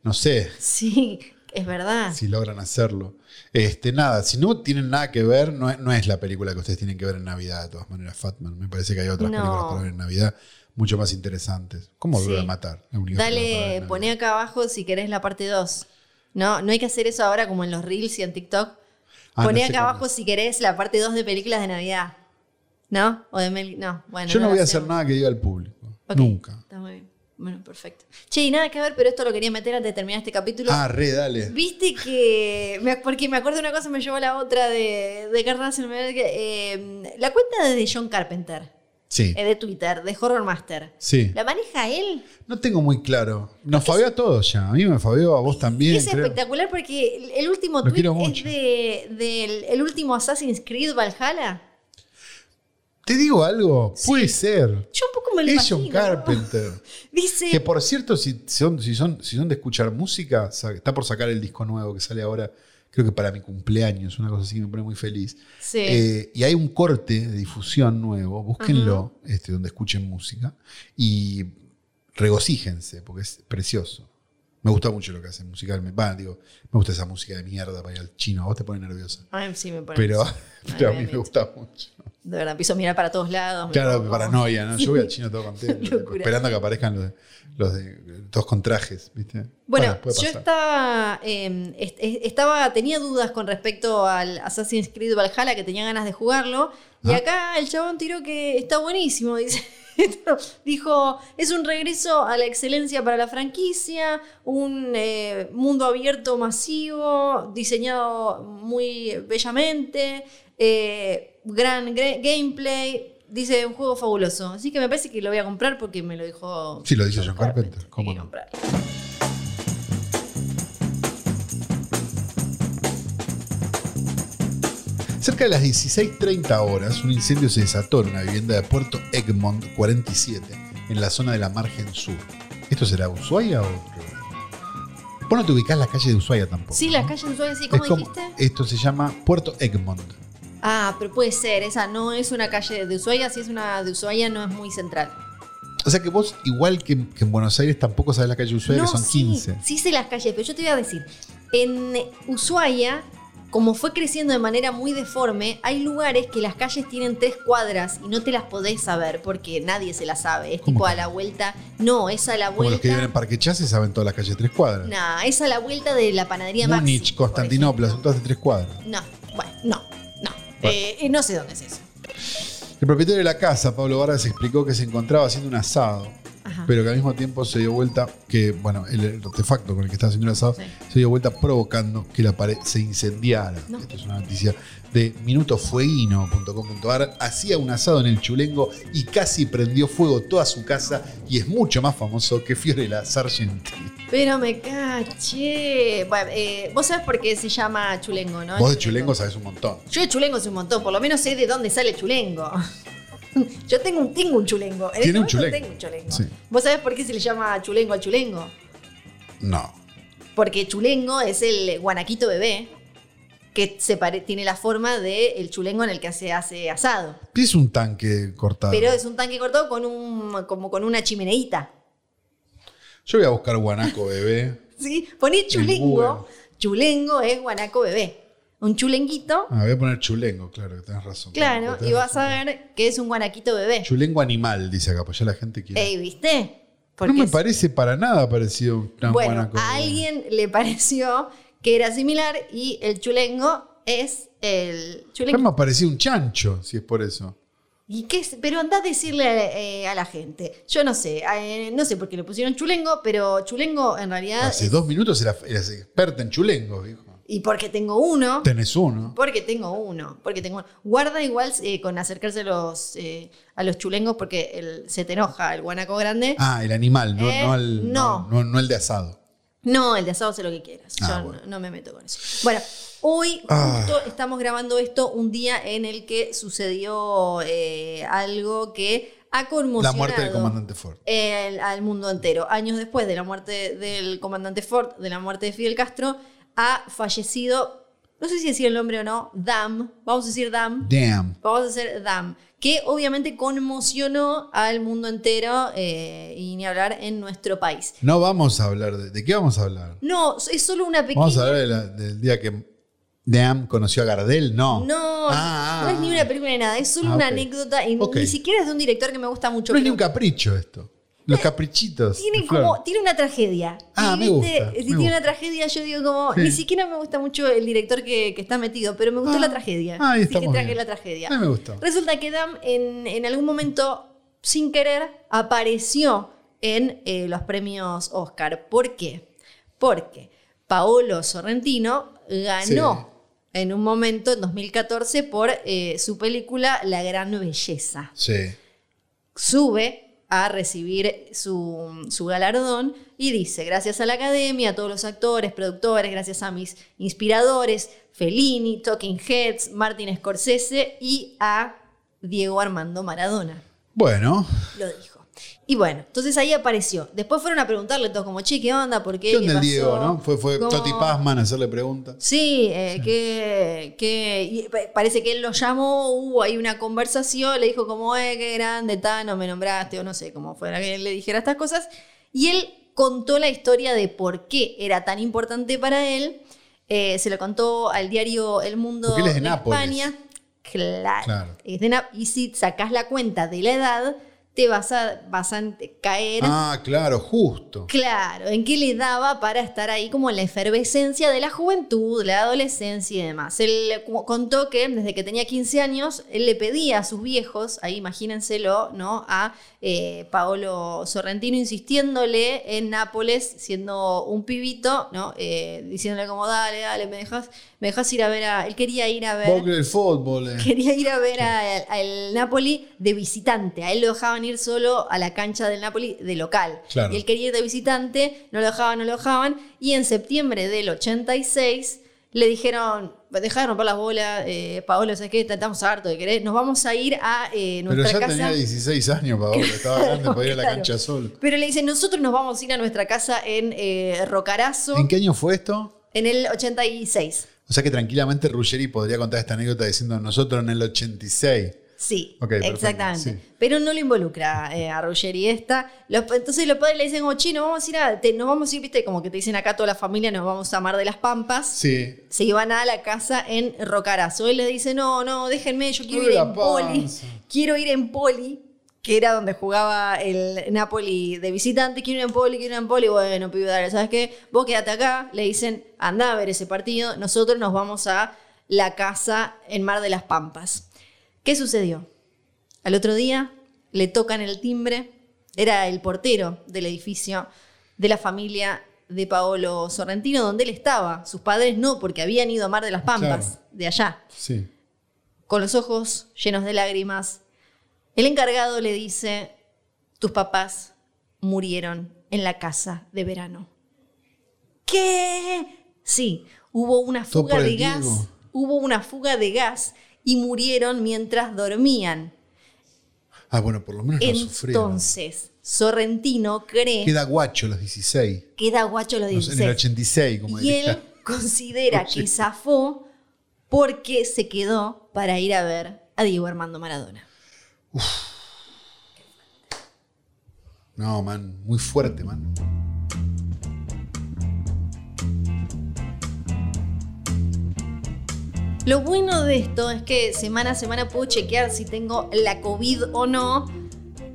A: No sé
B: Sí, es verdad.
A: si logran hacerlo. Este, nada, si no tienen nada que ver, no es, no es la película que ustedes tienen que ver en Navidad, de todas maneras, Fatman. Me parece que hay otras
B: No.
A: películas para ver en Navidad mucho más interesantes. ¿Cómo
B: Sí.
A: duro de matar? La única que tengo para ver en
B: Dale,
A: Navidad.
B: poné acá abajo si querés la parte 2. No, no hay que hacer eso ahora como en los Reels y en TikTok.
A: Ah, no
B: poné
A: sé
B: acá
A: cómo.
B: abajo si querés la parte 2 de películas de Navidad. ¿No? O de Mel... No, bueno.
A: Yo no
B: la
A: voy a hacer
B: hacemos.
A: nada que diga al público.
B: Ok,
A: Nunca.
B: Está muy bien. Bueno, perfecto. Che, y nada que ver, pero esto lo quería meter antes de terminar este capítulo.
A: Ah, re, dale.
B: Viste que. me- porque me acuerdo una cosa, me llevó a la otra de, de Kurt Russell, me- eh, la cuenta de John Carpenter,
A: Sí.
B: eh, de Twitter, de Horror Master.
A: Sí.
B: ¿La maneja él?
A: No tengo muy claro. Nos fabió a todos ya. A mí me fabió, a vos también.
B: es
A: creo.
B: espectacular porque el- el último
A: Lo
B: tweet
A: quiero
B: es
A: mucho.
B: de, del el último Assassin's Creed Valhalla.
A: Te digo algo, puede ser.
B: Yo un poco me lo
A: Es John
B: imagino.
A: Carpenter.
B: Dice.
A: Que por cierto, si son, si, son, si son de escuchar música, sa- está por sacar el disco nuevo que sale ahora, creo que para mi cumpleaños, una cosa así que me pone muy feliz.
B: Sí.
A: Eh, y hay un corte de difusión nuevo, búsquenlo, este, donde escuchen música y regocíjense, porque es precioso. Me gusta mucho lo que hacen musicalmente. Va, digo, me gusta esa música de mierda para ir al chino, a vos te pone nerviosa.
B: Ay, sí, me pone.
A: Pero, pero a mí me
B: obviamente.
A: gusta mucho.
B: De verdad, empiezo a mirar para todos lados. me
A: Claro,
B: pongo-
A: paranoia, ¿no? Yo voy al chino todo contento, tipo,
B: Locura.
A: esperando que aparezcan los, de- los de, todos con trajes, ¿viste?
B: Bueno,
A: puede
B: yo
A: pasar.
B: estaba, eh, est- est- estaba, tenía dudas con respecto al Assassin's Creed Valhalla, que tenía ganas de jugarlo, y
A: Ah.
B: acá el chabón tiró que está buenísimo, dice. Dijo, es un regreso a la excelencia para la franquicia, un eh, mundo abierto masivo, diseñado muy bellamente, eh, gran gre- gameplay, dice un juego fabuloso. Así que me parece que lo voy a comprar porque me lo dijo...
A: Sí, lo dice John Carpenter,
B: Hay
A: ¿cómo
B: que
A: no?
B: comprarlo.
A: Cerca de las 16.30 horas, un incendio se desató en una vivienda de Puerto Egmont 47, en la zona de la margen sur. ¿Esto será Ushuaia o Río Grande? Vos no te ubicás en la calle de Ushuaia tampoco.
B: Sí,
A: ¿no?
B: la calle en Ushuaia, sí.
A: Es
B: ¿Cómo
A: como-
B: dijiste?
A: Esto se llama Puerto Egmont.
B: Ah, pero puede ser. Esa no es una calle de Ushuaia. Si es una de Ushuaia, no es muy central.
A: O sea que vos, igual que, que en Buenos Aires, tampoco sabés la calle de Ushuaia,
B: no,
A: que son
B: sí,
A: 15.
B: Sí, sé las calles, pero yo te voy a decir. En Ushuaia, como fue creciendo de manera muy deforme, hay lugares que las calles tienen tres cuadras y no te las podés saber porque nadie se las sabe. Es
A: ¿Cómo
B: tipo
A: que
B: a la vuelta. No, es a la
A: Como los que viven
B: vuelta.
A: en Parque Chas y saben todas las calles de tres cuadras.
B: Nah, es a la vuelta de la panadería Maxi,
A: Múnich,
B: por
A: Constantinopla, son
B: ejemplo.
A: todas de tres cuadras.
B: No, bueno, no, no.
A: Bueno.
B: Eh, y no sé dónde es eso.
A: El propietario de la casa, Pablo Vargas, explicó que se encontraba haciendo un asado,
B: Ajá.
A: pero que al mismo tiempo se dio vuelta, que, bueno, el, el artefacto con el que estaba haciendo el asado,
B: Sí.
A: se dio vuelta provocando que la pared se incendiara.
B: No.
A: Esta es una noticia de minutofueguino.com.ar. Hacía un asado en el chulengo y casi prendió fuego toda su casa y es mucho más famoso que Fiorella Sargenti.
B: Pero me caché. Bueno, eh, vos sabés por qué se llama chulengo, ¿no?
A: Vos de chulengo sabés un montón.
B: Yo de chulengo sé un montón, por lo menos sé de dónde sale chulengo. Yo tengo un, tengo un chulengo. En
A: Tiene
B: este
A: un
B: momento
A: chulengo.
B: Tengo un chulengo.
A: Sí.
B: ¿Vos sabés por qué se le llama chulengo al chulengo?
A: No.
B: Porque chulengo es el guanaquito bebé que se pare- tiene la forma del chulengo en el que se hace asado.
A: Es un tanque cortado.
B: Pero es un tanque cortado con un, como con una chimeneita.
A: Yo voy a buscar guanaco, bebé.
B: ¿Sí? Poné
A: Google.
B: chulengo. Chulengo es guanaco bebé. Un chulenguito,
A: Ah, voy a poner chulengo, claro, que tenés razón.
B: claro,
A: Tenés
B: y vas
A: razón.
B: a ver que es un guanaquito bebé.
A: Chulengo animal, dice acá, pues ya la gente quiere.
B: Ey, ¿viste?
A: no me
B: es-
A: parece para nada parecido a un tan
B: Bueno,
A: guanaco.
B: a alguien le pareció que era similar y el chulengo es el
A: Está
B: chulengo.
A: más parecido a un chancho, si es por eso.
B: ¿Y qué es? Pero andá a decirle eh, a la gente. Yo no sé, eh, no sé por qué le pusieron chulengo, pero chulengo en realidad.
A: Hace dos minutos eras, eras experta en chulengos, viejo.
B: Y porque tengo uno.
A: Tenés uno.
B: Porque tengo uno, porque tengo uno. Guarda igual eh, con acercarse a los, eh, a los chulengos porque el- se te enoja el guanaco grande.
A: Ah, el animal, no,
B: Eh,
A: no, el,
B: no.
A: no- no el de asado.
B: No, el de asado hace lo que quieras.
A: Ah,
B: Yo
A: bueno.
B: no, no me meto con eso. Bueno, hoy
A: Ah.
B: justo estamos grabando esto un día en el que sucedió eh, algo que ha conmocionado
A: La muerte del comandante Ford.
B: el- al mundo entero. Años después de la muerte del comandante Ford, de la muerte de Fidel Castro, ha fallecido, no sé si decir el nombre o no, Dam. Vamos a decir Dam.
A: Damn.
B: Vamos a hacer Dam, que obviamente conmocionó al mundo entero eh, y ni hablar en nuestro país.
A: No vamos a hablar de. ¿De qué vamos a hablar?
B: No, es solo una pequeña.
A: ¿Vamos a hablar de la- del día que Damn conoció a Gardel? No.
B: No,
A: Ah,
B: no es ni
A: ah,
B: una película ni nada, es solo
A: Ah,
B: una
A: ok.
B: anécdota y
A: Ok.
B: ni siquiera es de un director que me gusta mucho.
A: No es ni
B: pero
A: un capricho esto. Los caprichitos.
B: tiene
A: de Flor.
B: como tiene una tragedia.
A: Ah,
B: Y,
A: me gusta,
B: Si
A: me
B: tiene
A: gusta.
B: una tragedia, yo digo como
A: Sí.
B: ni siquiera me gusta mucho el director que, que está metido, pero me gustó
A: Ah,
B: la tragedia.
A: ahí
B: Así que
A: estamos
B: traje
A: bien.
B: la tragedia.
A: Ay, me gustó.
B: Resulta que Dam en, en algún momento, sin querer, apareció en eh, los premios Oscar. ¿Por qué? Porque Paolo Sorrentino ganó en un momento, en 2014, por eh, su película La Gran Belleza.
A: Sí.
B: Sube a recibir su, su galardón y dice, gracias a la academia, a todos los actores, productores, gracias a mis inspiradores, Fellini, Talking Heads, Martin Scorsese y a Diego Armando Maradona
A: Bueno,
B: lo dijo. Y bueno, entonces ahí apareció. Después fueron a preguntarle todos como, che, ¿qué onda? ¿Por qué?
A: ¿qué onda el
B: pasó?
A: Diego, no? Fue, fue
B: ¿Cómo?
A: Toti Pazman a hacerle preguntas.
B: Sí, eh, que, que- y pa- parece que él lo llamó, hubo ahí una conversación, le dijo como, eh, qué grande, Tano, me nombraste, o no sé, como fuera que él le dijera estas cosas. Y él contó la historia de por qué era tan importante para él. Eh, se lo contó al diario El Mundo
A: Porque él es de
B: de
A: Nápoles.
B: España. Claro.
A: Claro.
B: Es de Nap- y si sacás la cuenta de la edad, te vas a, vas a caer
A: Ah, claro, justo.
B: Claro, en qué le daba para estar ahí como en la efervescencia de la juventud, la adolescencia y demás. Él le cu- contó que desde que tenía 15 años, él le pedía a sus viejos, ahí imagínenselo, ¿no? A eh, Paolo Sorrentino insistiéndole en Nápoles, siendo un pibito, ¿no? Eh, diciéndole como, dale, dale, me dejas, me dejas ir a ver a... Él quería ir a ver...
A: Bogle del fútbol. eh.
B: Quería ir a ver a- al Napoli de visitante. A él lo dejaban ir solo a la cancha del Napoli de local.
A: Claro.
B: Y él quería ir de visitante, no lo dejaban, no lo dejaban. Y en septiembre del 86, le dijeron, deja de romper las bolas, eh, Paolo, ¿sabes qué? Estamos hartos de querer, nos vamos a ir a eh,
A: Pero
B: nuestra
A: ya
B: casa.
A: tenía 16 años, Paola. Estaba grande para ir a la
B: claro.
A: cancha solo.
B: Pero le dicen, nosotros nos vamos a ir a nuestra casa en eh, Rocarazo
A: ¿En
B: en,
A: qué año fue esto?
B: el 86.
A: O sea que tranquilamente Ruggeri podría contar esta anécdota diciendo nosotros en el 86.
B: Sí,
A: Ok, perfecto,
B: exactamente.
A: sí.
B: Pero no lo involucra eh, a Ruggeri esta. Los- entonces los padres le dicen, como, che, nos vamos a ir a, te- nos vamos a ir, viste, como que te dicen acá toda la familia, nos vamos a Mar de las Pampas.
A: Sí.
B: Se iban a la casa en Rocarazo. Él le dice, no, no, déjenme, yo quiero
A: Uy,
B: ir
A: la
B: en poli.
A: panza.
B: Quiero ir en poli, que era donde jugaba el Napoli de visitante. Quiero ir en poli, quiero ir en poli. Bueno, pibe, dale, ¿sabes qué? Vos quedate acá. Le dicen, anda a ver ese partido. Nosotros nos vamos a la casa en Mar de las Pampas. ¿Qué sucedió? Al otro día le tocan el timbre. Era el portero del edificio de la familia de Paolo Sorrentino, donde él estaba. Sus padres no, porque habían ido a Mar de las Pampas,
A: Claro.
B: de allá
A: Sí.
B: con los ojos llenos de lágrimas, el encargado le dice, tus papás murieron en la casa de verano. ¿Qué? Sí, hubo una
A: Todo
B: fuga
A: por el
B: de gas,
A: Diego.
B: hubo una fuga de gas y murieron mientras dormían.
A: Ah, bueno, por lo menos no sufrieron.
B: Entonces, Sorrentino cree
A: Queda guacho los 16.
B: que da guacho los
A: No sé, En el
B: 16.
A: 86, como
B: Y él
A: diría.
B: considera que zafó porque se quedó para ir a ver a Diego Armando Maradona.
A: No, man, muy fuerte, man.
B: Lo bueno de esto es que semana a semana puedo chequear si tengo la COVID o no.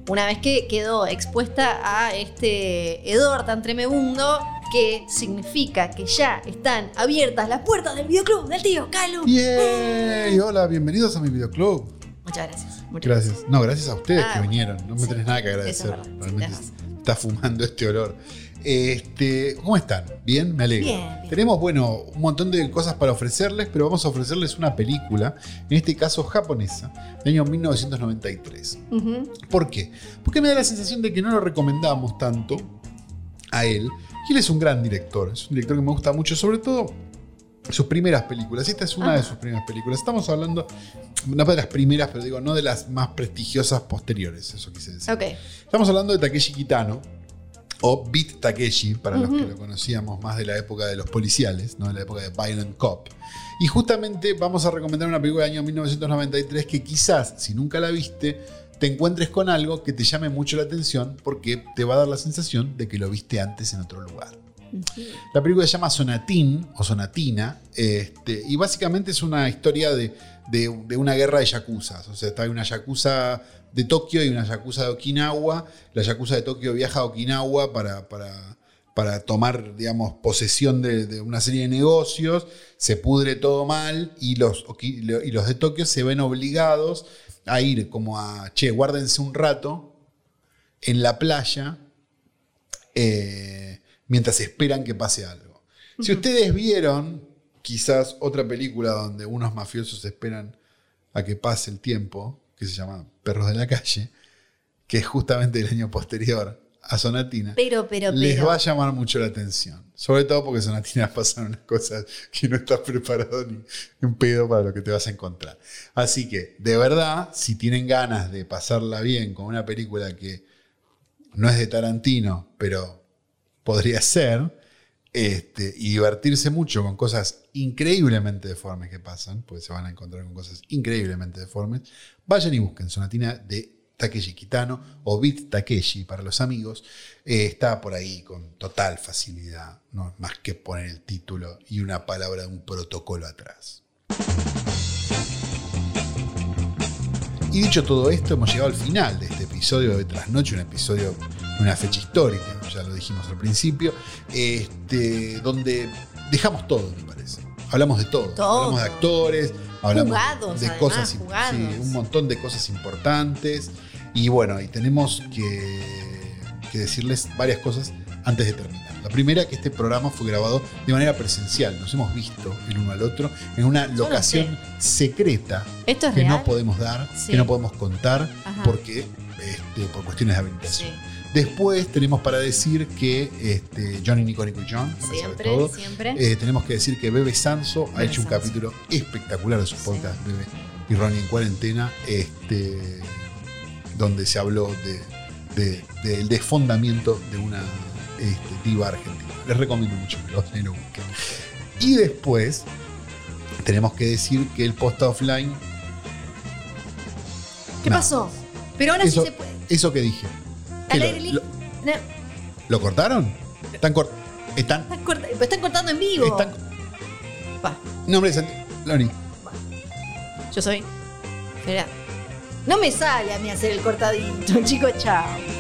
B: Una vez que quedó expuesta a este hedor tan tremebundo, que significa que ya están abiertas las puertas del videoclub del tío Calu.
A: ¡Yay! Hola, bienvenidos a mi videoclub.
B: Muchas gracias. Muchas
A: Gracias. No, gracias a ustedes
B: Ah,
A: que vinieron. No me
B: sí.
A: tenés nada que
B: Eso es
A: agradecer.
B: verdad, sí,
A: Realmente
B: tenés
A: está fumando este olor. Este, ¿Cómo están? ¿Bien? Me alegro.
B: Bien, bien.
A: Tenemos, bueno, un montón de cosas para ofrecerles, pero vamos a ofrecerles una película, en este caso japonesa, del año 1993.
B: Ujú.
A: ¿Por qué? Porque me da la sensación de que no lo recomendamos tanto a él. Y él es un gran director, es un director que me gusta mucho, sobre todo sus primeras películas. Esta es una
B: Ajá.
A: de sus primeras películas. Estamos hablando, no de las primeras, pero digo, no de las más prestigiosas posteriores, eso quise decir.
B: Ok.
A: Estamos hablando de Takeshi Kitano, o Beat Takeshi, para los que
B: Ujú.
A: lo conocíamos más de la época de los policiales, no de la época de Violent Cop. Y justamente vamos a recomendar una película del año 1993 que quizás, si nunca la viste, te encuentres con algo que te llame mucho la atención porque te va a dar la sensación de que lo viste antes en otro lugar. La película se llama Sonatín o Sonatina este, y básicamente es una historia de, de- de una guerra de yakuzas. O sea, está hay una yakuza de Tokio y una yakuza de Okinawa. La yakuza de Tokio viaja a Okinawa para, para, para tomar, digamos, posesión de, de una serie de negocios. Se pudre todo mal y los, oki- y los de Tokio se ven obligados a ir como a, che, guárdense un rato en la playa eh, mientras esperan que pase algo. Si ustedes vieron quizás otra película donde unos mafiosos esperan a que pase el tiempo, que se llama Perros de la Calle, que es justamente el año posterior a Sonatina,
B: Pero, pero, pero.
A: les va a llamar mucho la atención. Sobre todo porque Sonatina pasan unas cosas que no estás preparado ni un pedo para lo que te vas a encontrar. Así que, de verdad, si tienen ganas de pasarla bien con una película que no es de Tarantino, pero podría ser, este, y divertirse mucho con cosas increíblemente deformes que pasan, porque se van a encontrar con cosas increíblemente deformes, vayan y busquen Sonatina de Takeshi Kitano o Beat Takeshi para los amigos. Eh, está por ahí con total facilidad, no es más que poner el título y una palabra de un protocolo atrás. Y dicho todo esto, hemos llegado al final de este episodio de Trasnoche, un episodio, una fecha histórica, ya lo dijimos al principio, este, donde dejamos todo, me parece. Hablamos de todo.
B: Todo.
A: Hablamos de actores, hablamos
B: Jugados,
A: de
B: además,
A: cosas, sí,
B: jugados.
A: un montón de cosas importantes. Y bueno, y tenemos que, que decirles varias cosas antes de terminar. La primera, que este programa fue grabado de manera presencial. Nos hemos visto el uno al otro en una
B: lo
A: locación secreta
B: Esto es
A: que
B: real.
A: no podemos dar,
B: Sí.
A: que no podemos contar,
B: Ajá.
A: porque este, por cuestiones de habilitación.
B: Sí.
A: Después tenemos para decir que este, Johnny Nico Nico y John, a pesar de
B: Siempre,
A: todo,
B: siempre.
A: eh, tenemos que decir que Bebe Sanso ha
B: Bebe
A: hecho un
B: Sanso.
A: capítulo espectacular de su
B: Sí.
A: podcast, Bebe y Ronnie en cuarentena, este, donde se habló de, de- del desfondamiento de una este, diva argentina. Les recomiendo mucho que lo, que lo busquen. Y después tenemos que decir que el post offline,
B: ¿Qué
A: nada.
B: pasó? Pero ahora
A: Eso-
B: sí se puede.
A: eso que dije, ¿qué
B: Al
A: lo-
B: aire libre.
A: lo-
B: No,
A: ¿lo cortaron? Están cort- Están.
B: están, corta- pero están cortando en vivo.
A: están
B: Pa,
A: nombre de Santiago. Loni.
B: yo soy. Mirá. No me sale a mí hacer el cortadito, chicos, chao.